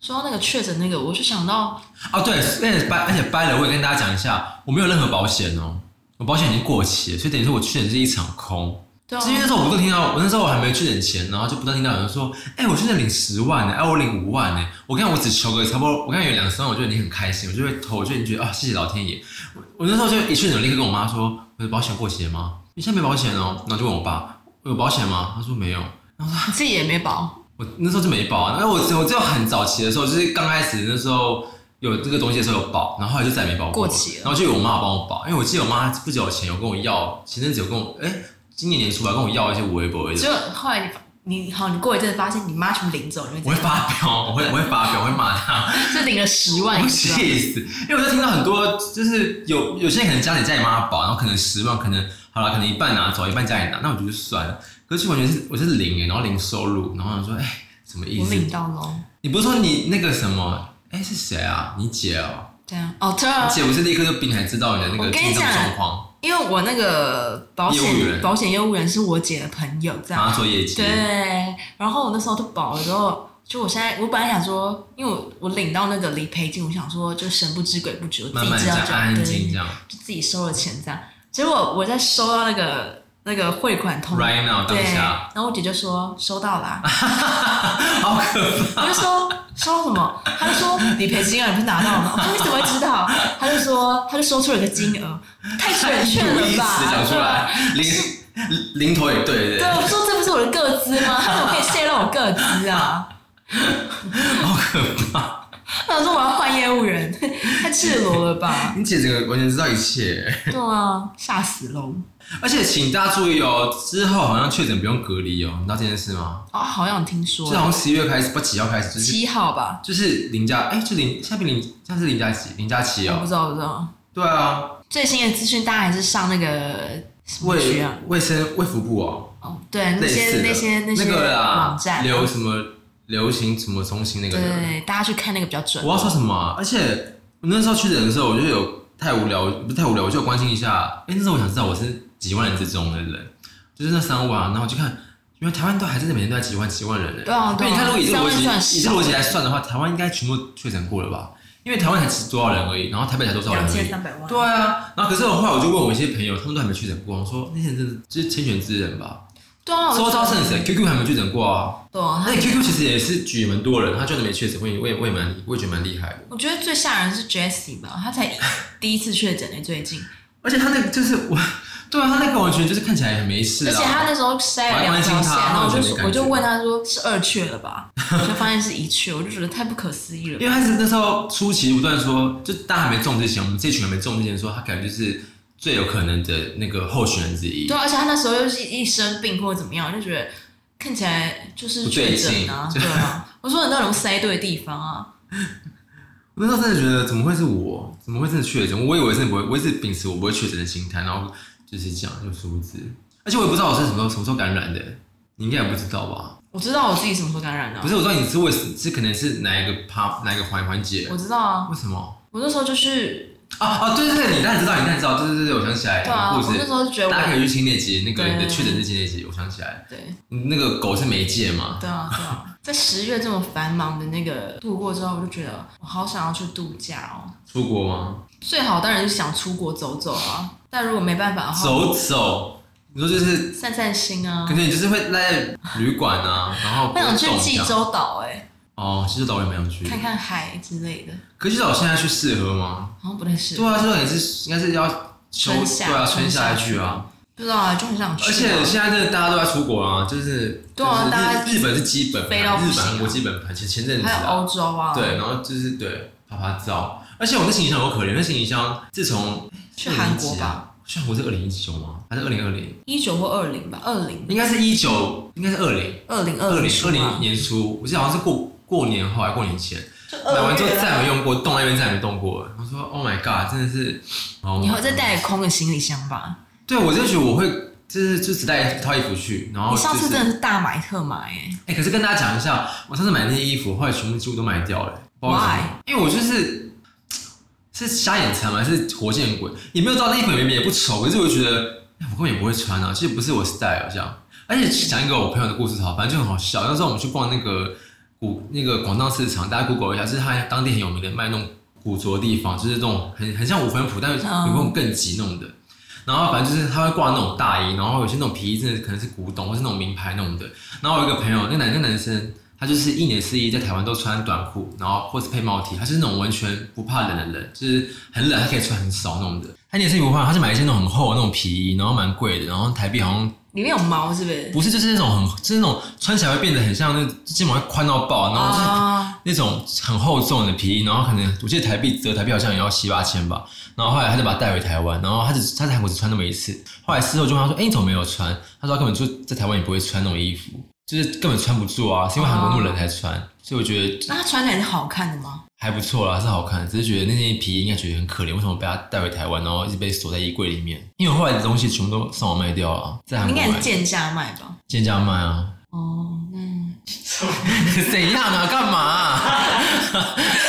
说到那个确诊那个，我就想到
啊，对，而且掰，而且掰了，我也跟大家讲一下，我没有任何保险哦，我保险已经过期了，所以等于说我确诊是一场空。
对啊
是因为那时候我不断听到，我那时候我还没确诊前，然后就不断听到有人说，哎、我确诊领十万呢、哎、我领五万呢、我刚才我只求个差不多，我刚才有两三万，我就已经很开心，我就会投，我就已经觉得啊，谢谢老天爷。我我那时候就一确诊，我立刻跟我妈说，我的保险过期了吗？你现在没保险哦，然后就问我爸，我有保险吗？他说没有。
你自己也没保，
我那时候就没保啊，那我只我只有很早期的时候，就是刚开始那时候有这个东西的时候有保，然后后来就再也没保
过期了
然后就有我妈帮我保，因为我记得我妈不久前有跟我要，前阵子有跟我，哎、今年年初吧跟我要一些微博的，
就后来你你好，你过一阵子发现你妈全部领走，你
我
会
会
怎样
发飙，我会我会发飙，我会骂她，
就领了十万，
我
你知道吗
气死，因为我就听到很多，就是有有些人可能家里家里妈保，然后可能十万，可能好了，可能一半拿走，一半家里拿，那我觉得就算了，可是完全是我就是零哎，然后零收入，然后我想说哎、什么意
我
思？
领到喽，
你不是说你那个什么？哎、是谁啊？你姐哦、
这样哦，对啊
你，姐不是立刻就比你还知道你的那
我
个
跟
竞
你
争
讲
状况，
因为我那个保
业务
险
员啊
保险业务员是我姐的朋友，这样
帮她做业绩。
对，然后我那时候就保了之后，就我现在我本来想说，因为我我领到那个理赔金，我想说就神不知鬼不觉，我自
慢
己
慢
知道
讲，
就
安安静
对
这样。
就自己收了钱这样。结果我在收到那个那个汇款通知
Right now，当
对，
下，
然后我姐就说收到啦、
好可
我就说收到什么？他就说理赔金额你不是拿到了吗？我说你怎么会知道？他就说他就说出了一个金额，太准确
怕，有
了
意思
吧？
讲出来，零零头也对对
对。对，，我说这不是我的个资吗？他怎么可以泄露我个资啊？
好可怕！
他说我要换业务员， 太赤裸了吧？
你姐这个完全知道一切，
对啊，吓死喽！
而且请大家注意哦，之后好像确诊不用隔离哦，你知道这件事吗？
啊、好想听说
就好像十一月开始，不几号开始，就是
七号吧？
就是零加，哎、就零，下面零，下次零加几？零加七
我不
哦，
知道，我不知道。
对啊，
最新的资讯大家还是上那个什么局
卫
啊？
卫生卫福部哦，
哦，对，那
类
些
似的
那些那些
个啦
网，站，啊
流什么流行什么中心那个的，
对，大家去看那个比较准。
我要说什么啊、而且我那时候确诊的时候，我就有太无聊，不是太无聊，我就有关心一下。哎、那时候我想知道我是几万人之中的人，就是那三万、啊，然后我就看，因为台湾都还真的每天都在几万几万人呢、
对啊
因
对
为
啊
你看，如果以这个
三
逻
万算
辑以这
少
个逻辑来算的话，台湾应该全部确诊过了吧？因为台湾才几多少人而已，然后台北才多少人而已，
三百万
对啊，然后可是我后来我就问我一些朋友，他们都还没确诊过，我说那些人真的就是天选之人吧？
对啊，我
周遭甚至 QQ 还没确诊过啊，
对啊，
而且 QQ 其实也是举蛮多人，他居然没确诊，我也我也我也蛮我也觉得蛮厉害的。
我觉得最吓人是 Jessie 吧，她才第一次确诊呢，最近，
而且他那个就是我，对啊，他那个完全就是看起来很没事啊，
而且她那时候筛了两
我
条
还关心
线，
她
然后我就
她完全没
说
感觉
我就问她说是二确了吧，我就发现是一确，我就觉得太不可思议了。
因为他是那时候初期不断说，就大家还没中之前，我们这群还没中之前说，他感觉就是最有可能的那个候选人之一
对，，啊而且他那时候又是一生病或者怎么样，我就觉得看起来就是
不对
确
劲
诊啊，对啊。我说你到底有没有塞对地方啊？
我那时候真的觉得，怎么会是我？怎么会真的确诊？我以为真的不会，我一直秉持我不会确诊的心态，然后就是这样，就梳子。而且我也不知道我是什么时候什么时候感染的，你应该也不知道吧？
我知道我自己什么时候感染的啊、
不是，我知道你是为什是可能是哪一个趴哪一个环环节
我？知道啊，
为什么？
我那时候就是
啊啊，对对对，你当然知道，你当然知道，对对对，我想起来，
对啊，
故
我那
事
时，候就觉得
大家可
我
以去听那集，那个
对
你的确诊日记那集，我想起来，
对
那个狗是媒介嘛？
对啊对啊，在十月这么繁忙的那个度过之后，我就觉得我好想要去度假哦。
出国吗？
最好当然是想出国走走啊，但如果没办法的话，
走走，你说就是，
散散心啊
可。能你就是会赖在旅馆啊，然后
我想去
不会动
济
这样
州岛哎、
哦，济州岛我也没有去，
看看海之类的，
可济州岛现在去适合吗？
好像不太适
对
合。
啊，济州岛也是应该是要秋
春夏
对啊，春
春夏
夏去啊。
不知道啊，就很想去、啊。
而且现在真的大家都在出国啊，就是
对啊
就是日
大家
日本是基本
飞
盘，
到不
日
行
本、
啊
韩国基本盘，其实前阵子
还有
啊，
欧洲啊，
对，，然后就是对拍拍照，而且我那行李箱好可怜，那行李箱自从
去韩国
2019
吧，
啊，去韩国是二零一九吗？还是二零二零？
一九或二零吧，二零
应该是一九，应该是二零
二零
二
二
零二
出啊
零
嘛，
年初，我记得好像是过过年后还过年前，
就
买完之后
月啊
再没用过，动那边再没动过了。我说 Oh my God，真的是，哦
你会再带空的行李箱吧？
对我真的觉得我会就是就只带一套衣服去，然后哦
你
就是
上次真的是大买特买哎、
哎、可是跟大家讲一下，我上次买那些衣服，后来全部几乎都卖掉了。不知道为什么因为我就是是瞎眼馋嘛，是活见鬼，也没有到那衣服也没也不丑，可是我就觉得、哎我根本也不会穿啊，其实不是我 style 这样。而且讲一个我朋友的故事好，反正就很好笑。那时候我们去逛那个古那个广藏市场，大家 Google 一下，就是它当地很有名的卖那种古着的地方，就是那种很很像五分埔，但是有那种更急那种的。然后反正就是他会挂那种大衣，然后有些那种皮衣真的可能是古董，或是那种名牌那种的。然后我有一个朋友，那男那男生，他就是一年四季在台湾都穿短裤，然后或是配帽 T，他是那种完全不怕冷的人，就是很冷他可以穿很少那种的。他一年四季不怕，他是买一些那种很厚的那种皮衣，然后蛮贵的，然后台币好像
里面有毛是不是？
不是就是那种很就是那种穿起来会变得很像那肩膀会宽到爆，然后就是
啊，
那种很厚重的皮衣，然后可能我记得台币折台币好像也要七八千吧，然后后来他就把它带回台湾，然后他只他在韩国只穿那么一次，后来事后就问他说：“哎、你怎么没有穿？”他说：“他根本就在台湾也不会穿那种衣服，就是根本穿不住啊，是因为韩国那么冷才穿。所以我觉得
那它穿起来是好看的吗？
还不错啊啦，是好看，只是觉得那件皮衣应该觉得很可怜，为什么被他带回台湾，然后一直被锁在衣柜里面？因为我后来的东西全部都上网卖掉了，在韩
应
国
该
买
是贱价卖吧？
贱价卖啊，
哦，嗯，
怎样啊？干嘛、 啊？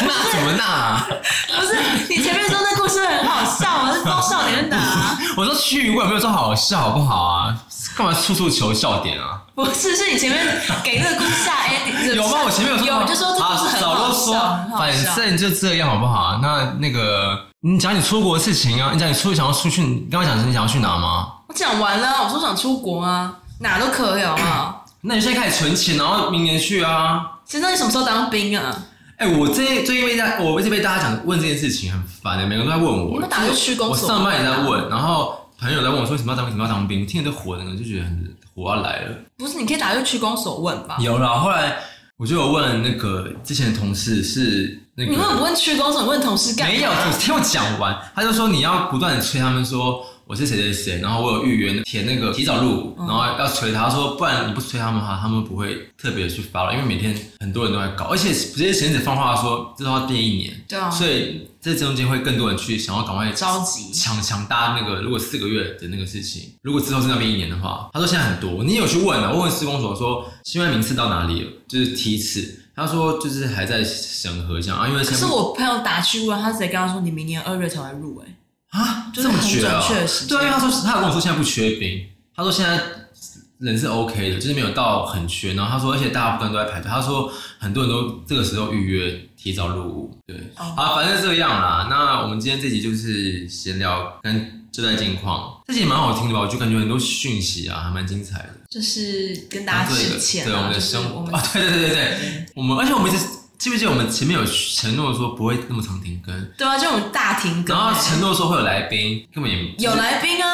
那怎么那、啊？
不是，你前面说那故事很好笑啊，是中少年的啊，
我说趣味，没有说好笑，好不好啊？干嘛处处求笑点啊？
不是，是你前面给那个故事下 ending
有吗？我前面有说
有，
吗
你就说这故事很
啊早
好
都
笑，很
说，
好
反
笑。
正就这样，好不好？那那个，你讲你出国的事情啊，你讲你出想要出去，你刚刚讲你想要去哪吗？
我讲完了，我说想出国啊，哪都可以好不好？
那你现在开始存钱，然后明年去啊？
其实那你什么时候当兵啊？
哎、我这最近被大，我一直被大家讲问这件事情很烦欸的、每个人都在问我。
你们打算去公
我
所？啊
上班也在，问，然后朋友在问我说为什么要当兵，为什么要当兵？听着都火的，就觉得很火要来了。
不是？你可以打算去公所问吧。
有啦，后来我就有问那个之前的同事是那个
你问不问区公所？你问同事干嘛？啊
没有，你听我讲完，他就说你要不断的催他们说我是谁谁谁，然后我有预约填那个提早入伍，
嗯
然后要催他他说不然你不催他们的话，他们不会特别去发了，因为每天很多人都在搞，而且直接前子放话说这都要练一年，
对啊，
所以这中间会更多人去想要赶快
着急。
抢抢搭那个，如果四个月的那个事情，如果之后是那边一年的话，他说现在很多，你有去问啊？我问施工所说，现在名次到哪里了？就是梯次，他说就是还在审核这样啊，因为
可
现
是
在
我朋友打去问，他直接跟他说：“你明年二月才会入、欸。”
啊，
就是
这么
很
绝啊
准确的时？
对
间
啊，因为他说他有跟我说现在不缺兵，他说现在人是 OK 的，就是没有到很缺。然后他说，而且大部分都在排队，他说很多人都这个时候预约提早入伍。对，
哦
啊，反正这样啦。那我们今天这集就是闲聊跟就在近况，这集也蛮好听的吧？我就感觉很多讯息啊，还蛮精彩的。
就是跟大家
当做一
致
个
歉、
对我
啊，
们的
就是
生
我们
啊，对对对对对，我们而且我们一直记不记得我们前面有承诺说不会那么常停更，
对啊，就我们大停更
然后
欸、
承诺说会有来宾，根本也
有来宾啊，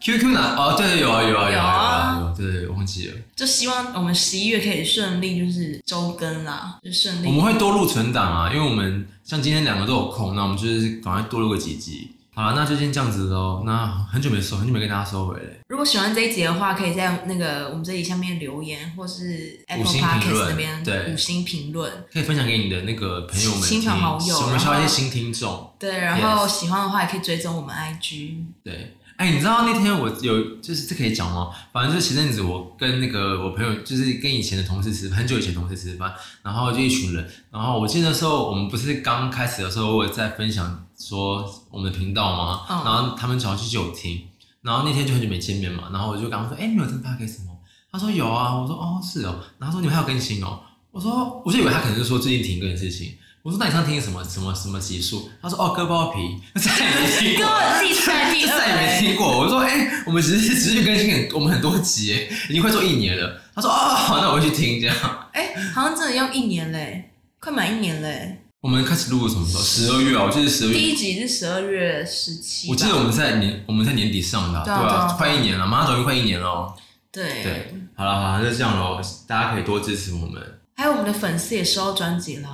QQ 哪？哦，对，有啊，有啊，有啊，有
有
啊
啊，
有啊对，对忘记了。
就希望我们十一月可以顺利，就是周更啦，就顺
我们
利。
会多录存档啊，因为我们像今天两个都有空，那我们就是赶快多录个几集。好啦，那就先这样子喽。那很久没收，很久没跟大家收回了。
如果喜欢这一集的话，可以在那个我们这里下面留言，或是 Apple
星评论
Podcast 那边
对
五星评论。
可以分享给你的那个朋友们听，
亲朋好友
我们需要一
然
些
后
新听众。
对，然后
Yes
喜欢的话也可以追踪我们 IG。
对，哎、你知道那天我有就是这可以讲吗？反正就前阵子我跟那个我朋友，就是跟以前的同事吃，很久以前同事吃饭，然后就一群人，然后我记得那时候我们不是刚开始的时候，我有在分享说我们的频道吗？
嗯
然后他们早上就有听，然后那天就很久没见面嘛，然后我就跟他们说，哎、你们有听 p o d c a 吗？他说有啊，我说哦是哦，然后他说你们还有更新哦，我说我就以为他可能是说最近停更的事情。我说那你上次听什么什么什么集数？他说哦割包皮，再也没听
跟
过。啊
我自己在第二
再也没
欸，
听过。我说，哎、我们只是持续更新很，我们很多集耶，已经快做一年了。他说，哦，好，那我会去听这样。
哎，好像真的要一年嘞，快满一年嘞。
我们开始录什么时候？十二月哦，我记得十二
第
月。
一集是十二月十七，
我记得我们在年我们在年底上的啊、
对啊
对
对啊
啊，快一年了，马上等于快一年了哦。
对
对，好了好了，就这样喽，大家可以多支持我们
还有我们的粉丝也收到专辑啦。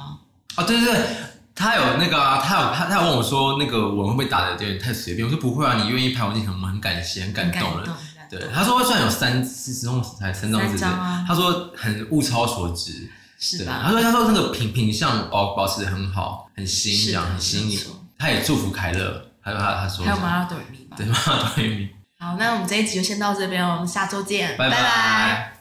哦，对对对，他有那个、啊，他有他他有问我说，那个我会不会打的有点太随便？我说不会啊，你愿意拍我进程，我们很感谢，很感
很感
动
动
了。，
很感
对
动，
他说虽然有三四张才三张是
三
不是
张啊？
他说很物超所值。
是
对，
吧
他？说他说那个品品相保保持得很好，很新这
是的
样，很新
没
颖
错。
他也祝福凯乐，他他他说
还有
这样
麻辣朵米吧。
对吗？对，
好，那我们这一集就先到这边哦，我们下周见，
拜
拜
拜。